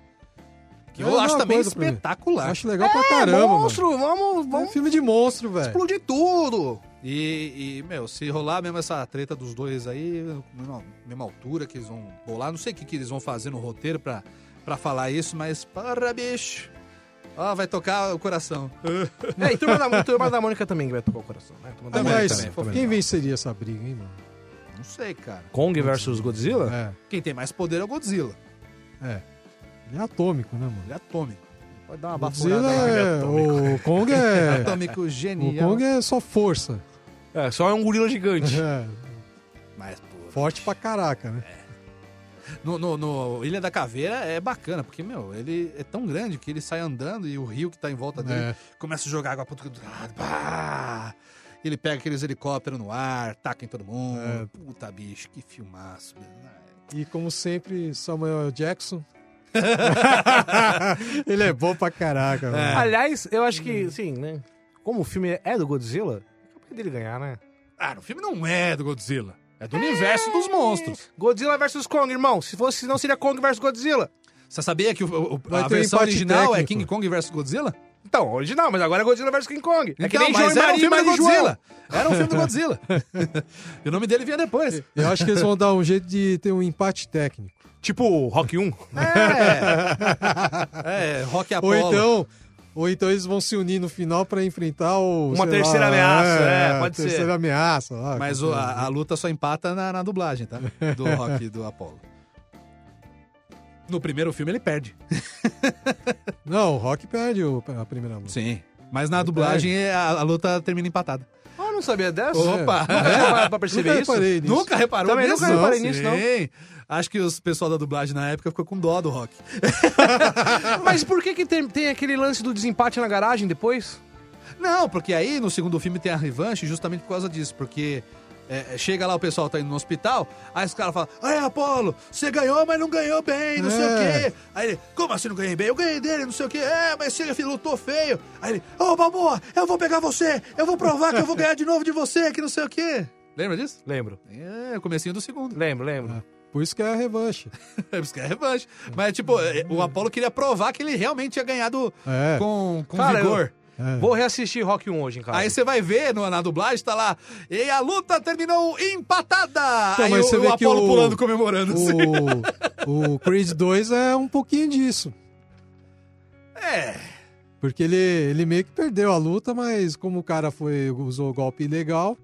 [SPEAKER 1] Que
[SPEAKER 4] É
[SPEAKER 1] eu
[SPEAKER 4] a
[SPEAKER 1] acho
[SPEAKER 4] mesma
[SPEAKER 1] também
[SPEAKER 4] coisa pra mim.
[SPEAKER 1] espetacular. É,
[SPEAKER 4] Acho legal pra caramba. mano.
[SPEAKER 2] monstro, vamos,
[SPEAKER 4] É
[SPEAKER 2] vamos
[SPEAKER 4] filme de monstro, velho.
[SPEAKER 2] explodir tudo.
[SPEAKER 1] E, e, meu, se rolar mesmo essa treta dos dois aí, mesma, mesma altura que eles vão rolar, não sei o que, que eles vão fazer no roteiro pra, pra falar isso, mas para, bicho. Ó, vai tocar o coração.
[SPEAKER 2] É, e Turma da, Turma da Mônica também que vai tocar o coração, né? Turma da
[SPEAKER 1] Também,
[SPEAKER 2] Mônica
[SPEAKER 4] Tá, Mas
[SPEAKER 2] também,
[SPEAKER 1] também.
[SPEAKER 4] quem venceria essa briga, hein, mano?
[SPEAKER 1] Não sei, cara.
[SPEAKER 2] Kong versus Godzilla?
[SPEAKER 4] É.
[SPEAKER 1] Quem tem mais poder é o Godzilla.
[SPEAKER 4] Ele é atômico, né, mano?
[SPEAKER 1] Ele é atômico. Pode dar uma né?
[SPEAKER 4] Godzilla
[SPEAKER 1] bafurada aí.
[SPEAKER 4] é- O Kong é.
[SPEAKER 1] Atômico
[SPEAKER 4] o
[SPEAKER 1] genial.
[SPEAKER 4] Kong é só força.
[SPEAKER 2] É, só é um gorila gigante.
[SPEAKER 4] É,
[SPEAKER 1] Mas, pô,
[SPEAKER 4] forte pra caraca, né?
[SPEAKER 1] No, no- no Ilha da Caveira é bacana, porque, meu, ele é tão grande que ele sai andando e o rio que tá em volta dele
[SPEAKER 4] É.
[SPEAKER 1] começa a jogar água pra tudo. ah, pá! Ele pega aqueles helicópteros no ar, taca em todo mundo.
[SPEAKER 4] É.
[SPEAKER 1] Puta, bicho, que filmaço. meu.
[SPEAKER 4] E como sempre, Samuel Jackson. ele é bom pra caraca, mano.
[SPEAKER 2] Aliás, eu acho que, sim, né? Como o filme é do Godzilla, é dele ganhar, né?
[SPEAKER 1] Ah, o filme não é do Godzilla. É do universo dos monstros.
[SPEAKER 2] Godzilla vs Kong, irmão. Se fosse, não seria Kong vs Godzilla.
[SPEAKER 1] Você sabia que o- o-
[SPEAKER 4] Vai
[SPEAKER 1] a
[SPEAKER 4] ter um
[SPEAKER 1] versão
[SPEAKER 4] empate
[SPEAKER 1] original é
[SPEAKER 4] técnico.
[SPEAKER 1] King Kong versus Godzilla?
[SPEAKER 2] Então, original, mas agora é Godzilla vs King Kong. é que nem João
[SPEAKER 1] mas
[SPEAKER 2] e
[SPEAKER 1] era um
[SPEAKER 2] Maria,
[SPEAKER 1] filme do
[SPEAKER 2] Maria e João.
[SPEAKER 1] Godzilla. Era um filme do Godzilla. e o nome dele vinha depois.
[SPEAKER 4] Eu acho que eles vão dar um jeito de ter um empate técnico.
[SPEAKER 2] Tipo Rock 1.
[SPEAKER 1] É, Rock
[SPEAKER 4] Ou
[SPEAKER 1] Apollo.
[SPEAKER 4] então, ou então eles vão se unir no final pra enfrentar o.
[SPEAKER 2] Uma
[SPEAKER 4] sei
[SPEAKER 2] terceira ameaça, é, pode ser.
[SPEAKER 4] terceira ameaça. lá,
[SPEAKER 1] Mas o-
[SPEAKER 4] qualquer-
[SPEAKER 1] a, a luta só empata na, na dublagem, tá? Do Rock do Apollo. No primeiro filme ele perde.
[SPEAKER 4] Não, o Rock perde o- a primeira luta.
[SPEAKER 1] Sim. Mas na dublagem é, a, a luta termina empatada.
[SPEAKER 2] Ah, eu não sabia dessa.
[SPEAKER 1] Opa!
[SPEAKER 2] Nunca tinha parado pra perceber
[SPEAKER 4] Nunca
[SPEAKER 2] isso.
[SPEAKER 4] reparei nisso.
[SPEAKER 1] Nunca reparou
[SPEAKER 2] Também
[SPEAKER 1] nisso?
[SPEAKER 2] nunca reparei nisso, não.
[SPEAKER 1] Sim. Acho que os pessoal da dublagem na época ficou com dó do Rock.
[SPEAKER 2] Mas por que que tem, tem aquele lance do desempate na garagem depois?
[SPEAKER 1] Não, porque aí no segundo filme tem a revanche justamente por causa disso, porque é, chega lá o pessoal tá indo no hospital, aí os caras falam, aí Apolo, você ganhou, mas não ganhou bem, não sei o
[SPEAKER 4] É.
[SPEAKER 1] quê. Aí ele, como assim não ganhei bem? Eu ganhei dele, não sei o quê. É, mas você filho, lutou feio. Aí ele, ô Balboa, eu vou pegar você, eu vou provar que eu vou ganhar de novo de você, que não sei o quê. Lembra disso?
[SPEAKER 2] Lembro.
[SPEAKER 1] É, comecinho do segundo.
[SPEAKER 2] Lembro, lembro.
[SPEAKER 4] Por isso que é a revanche.
[SPEAKER 1] É, isso que é revanche. Mas, tipo, é, o Apolo queria provar que ele realmente tinha ganhado
[SPEAKER 4] É.
[SPEAKER 1] com, com
[SPEAKER 2] Cara, eu-
[SPEAKER 1] vigor.
[SPEAKER 4] é.
[SPEAKER 2] Vou reassistir Rock 1 hoje em casa.
[SPEAKER 1] Aí você vai ver no- na dublagem, tá lá. E a luta terminou empatada!
[SPEAKER 4] Então,
[SPEAKER 1] Aí
[SPEAKER 4] mas
[SPEAKER 1] o,
[SPEAKER 4] você
[SPEAKER 1] o
[SPEAKER 4] vê que
[SPEAKER 1] Apolo
[SPEAKER 4] o-
[SPEAKER 1] pulando, comemorando. assim.
[SPEAKER 4] O, o Creed 2 é um pouquinho disso.
[SPEAKER 1] É.
[SPEAKER 4] Porque ele, ele meio que perdeu a luta, mas como o cara foi usou o golpe ilegal,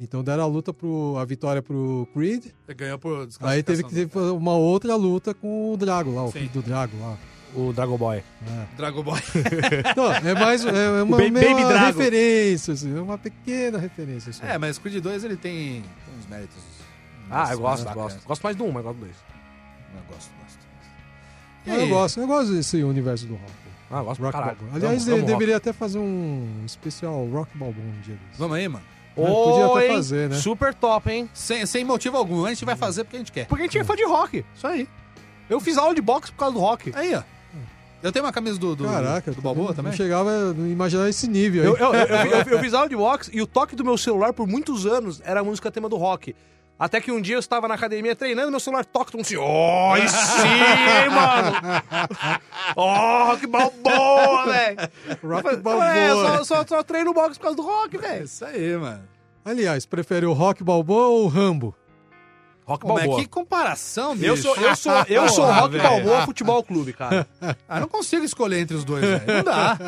[SPEAKER 4] então deram a luta pro a vitória pro Creed.
[SPEAKER 1] Ganhou por desclassificação.
[SPEAKER 4] Aí teve que ter uma outra luta com o Drago lá, o
[SPEAKER 1] Sim.
[SPEAKER 4] filho do Drago lá.
[SPEAKER 2] O Dragon Boy.
[SPEAKER 1] É. Dragon Ball.
[SPEAKER 4] Não, é mais é uma
[SPEAKER 5] Ba-
[SPEAKER 4] meia
[SPEAKER 5] Baby Drago.
[SPEAKER 4] referência, assim, é uma pequena referência. Só.
[SPEAKER 1] É, mas Creed 2 ele tem uns méritos.
[SPEAKER 2] Ah, eu
[SPEAKER 1] Uns
[SPEAKER 2] gosto,
[SPEAKER 1] bacanas.
[SPEAKER 2] gosto. Gosto mais do 1, mas gosto do 2.
[SPEAKER 1] Eu gosto, gosto.
[SPEAKER 4] Mas eu gosto, eu gosto desse universo do rock.
[SPEAKER 2] Ah, gosto pra
[SPEAKER 4] rock
[SPEAKER 2] caralho.
[SPEAKER 4] Balboa. Aliás,
[SPEAKER 2] Amo-
[SPEAKER 4] eu
[SPEAKER 2] amo rock.
[SPEAKER 4] deveria até fazer um especial Rock Balboa um dia desse.
[SPEAKER 1] Vamos aí, mano.
[SPEAKER 4] Podia até
[SPEAKER 2] Oi,
[SPEAKER 4] fazer, né?
[SPEAKER 2] Super top, hein?
[SPEAKER 1] Sem, sem motivo algum. A gente vai fazer porque a gente quer.
[SPEAKER 2] Porque a gente é fã de rock.
[SPEAKER 1] Isso aí.
[SPEAKER 2] Eu fiz aula de boxe por causa do rock.
[SPEAKER 1] Aí, ó. Eu tenho uma camisa do, do,
[SPEAKER 4] Caraca,
[SPEAKER 1] Uhum. do Balboa
[SPEAKER 4] não
[SPEAKER 1] também?
[SPEAKER 4] chegava a imaginar esse nível. aí.
[SPEAKER 2] Eu, eu, eu- eu- eu fiz aula de boxe e o toque do meu celular por muitos anos era a música tema do rock. Até que um dia eu estava na academia treinando, meu celular toca, todo mundo assim, ó, oh, sim, mano! Ó, rock balboa, velho!
[SPEAKER 4] Rock
[SPEAKER 2] Eu falei, É, eu só,
[SPEAKER 4] Balboa.
[SPEAKER 2] só, só treino boxe por causa do rock,
[SPEAKER 1] É
[SPEAKER 2] velho.
[SPEAKER 1] isso aí, mano.
[SPEAKER 4] Aliás, prefere o Rock Balboa ou o Rambo?
[SPEAKER 2] Rock
[SPEAKER 1] Mas
[SPEAKER 2] Balboa.
[SPEAKER 1] que comparação, bicho.
[SPEAKER 2] Eu sou, eu sou, eu sou
[SPEAKER 1] Porra,
[SPEAKER 2] Rock
[SPEAKER 1] velho.
[SPEAKER 2] Balboa Futebol Clube, cara.
[SPEAKER 1] Ah, eu não consigo escolher entre os dois, velho. Não dá.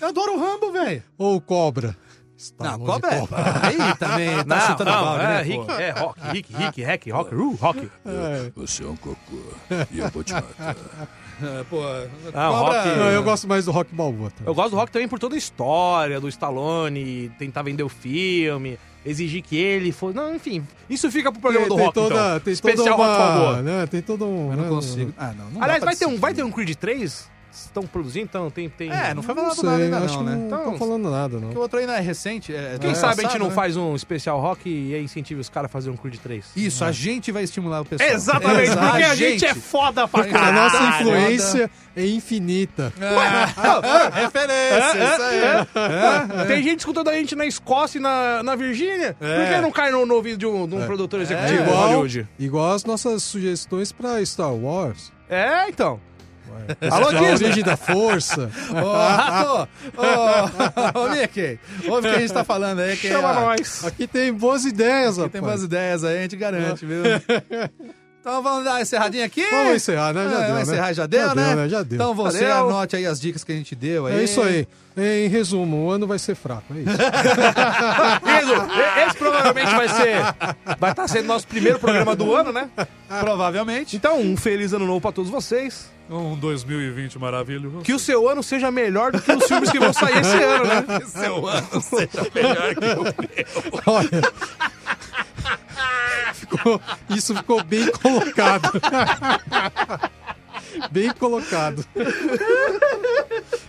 [SPEAKER 1] Eu adoro o Rambo, velho.
[SPEAKER 4] Ou cobra. Stallone
[SPEAKER 1] Não,
[SPEAKER 4] de
[SPEAKER 1] cobra é. Aí também tá chutando a balde,
[SPEAKER 2] é,
[SPEAKER 1] né?
[SPEAKER 2] Rick,
[SPEAKER 1] pô?
[SPEAKER 2] é, Rock, Rick, Rick, Hack, Rock, Ru, Rock.
[SPEAKER 3] Você é um cocô e eu vou te matar.
[SPEAKER 1] É, pô,
[SPEAKER 2] Ah,
[SPEAKER 1] cobra-
[SPEAKER 2] Rock-
[SPEAKER 4] Não, eu gosto mais do Rock Balboa. Tá?
[SPEAKER 2] Eu gosto do Rock também por toda a história do Stallone, tentar vender o filme, exigir que ele fosse... Não, enfim, isso fica pro programa do Rock, então.
[SPEAKER 4] Tem
[SPEAKER 2] Especial
[SPEAKER 4] toda
[SPEAKER 2] Rock Balboa.
[SPEAKER 4] uma, né, Tem todo um...
[SPEAKER 1] Eu
[SPEAKER 4] né,
[SPEAKER 1] não
[SPEAKER 4] um-
[SPEAKER 1] consigo. Ah, não. não
[SPEAKER 2] Aliás,
[SPEAKER 1] dá pra
[SPEAKER 2] vai ter, um,
[SPEAKER 1] decidir.
[SPEAKER 2] vai ter um Creed 3? Estão produzindo, então tem... tem...
[SPEAKER 1] É, não foi
[SPEAKER 4] Não
[SPEAKER 1] falado
[SPEAKER 4] sei,
[SPEAKER 1] nada ainda,
[SPEAKER 4] acho
[SPEAKER 1] não,
[SPEAKER 4] que
[SPEAKER 1] né?
[SPEAKER 4] não
[SPEAKER 1] Então,
[SPEAKER 4] estão falando nada, não.
[SPEAKER 1] Porque o outro ainda é recente. é-
[SPEAKER 2] Quem
[SPEAKER 1] é
[SPEAKER 2] sabe a gente
[SPEAKER 1] passado,
[SPEAKER 2] não
[SPEAKER 1] né?
[SPEAKER 2] faz um especial rock e aí incentiva os caras a fazer um Creed 3.
[SPEAKER 1] Isso, a gente vai estimular o pessoal.
[SPEAKER 5] Exatamente,
[SPEAKER 1] Exato,
[SPEAKER 5] porque a gente é foda pra
[SPEAKER 4] Porque a
[SPEAKER 5] caralho.
[SPEAKER 4] nossa influência é infinita.
[SPEAKER 1] Ah, referência, isso aí.
[SPEAKER 2] Tem gente escutando a gente na Escócia e na, na Virgínia. Por que não cai no, no ouvido de um, de um produtor executivo de
[SPEAKER 4] Igual,
[SPEAKER 2] Hollywood?
[SPEAKER 4] Então, igual as nossas sugestões pra Star Wars.
[SPEAKER 2] É, então. é
[SPEAKER 4] Alô, A origem da força.
[SPEAKER 1] Ô, Rato! Ô, ô, Mickey, ouve o que a gente tá falando aí. Que
[SPEAKER 2] Chama
[SPEAKER 1] ó,
[SPEAKER 2] nós.
[SPEAKER 4] Aqui tem boas ideias,
[SPEAKER 1] que
[SPEAKER 4] rapaz.
[SPEAKER 1] tem boas ideias aí, a gente garante, viu? Então vamos dar uma encerradinha aqui?
[SPEAKER 4] Vamos encerrar, né?
[SPEAKER 1] É,
[SPEAKER 4] Já
[SPEAKER 1] vamos
[SPEAKER 4] deu, né?
[SPEAKER 1] encerrar, já deu, né?
[SPEAKER 4] Já deu.
[SPEAKER 1] Então você
[SPEAKER 2] Valeu.
[SPEAKER 1] anote aí as dicas que a gente deu aí.
[SPEAKER 4] é isso aí. Em resumo, o ano vai ser fraco, é isso.
[SPEAKER 2] Pedro, e- esse provavelmente vai ser. Vai estar sendo nosso primeiro programa do ano, né?
[SPEAKER 1] Provavelmente.
[SPEAKER 2] Então, um feliz ano novo pra todos vocês.
[SPEAKER 1] Um 2020 maravilhoso.
[SPEAKER 2] Que o seu ano seja melhor do que os filmes que vão sair esse ano, né?
[SPEAKER 1] Que seu ano seja melhor que o
[SPEAKER 4] Olha. Ficou- isso ficou bem colocado. bem colocado.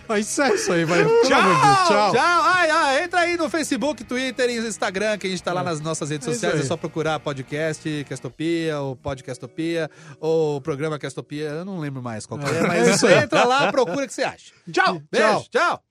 [SPEAKER 4] Aí sai isso aí, vai. Pelo amor de Deus,
[SPEAKER 1] Tchau. Ai, ai, entra aí no Facebook, Twitter e Instagram, que a gente tá lá nas nossas redes
[SPEAKER 4] É isso
[SPEAKER 1] sociais. É
[SPEAKER 4] aí.
[SPEAKER 1] só procurar podcast, Castopia, ou Podcastopia, ou programa Castopia. Eu não lembro mais qual que é, mas
[SPEAKER 4] É isso aí.
[SPEAKER 1] entra lá, procura o que você acha.
[SPEAKER 2] Tchau!
[SPEAKER 1] Beijo, tchau.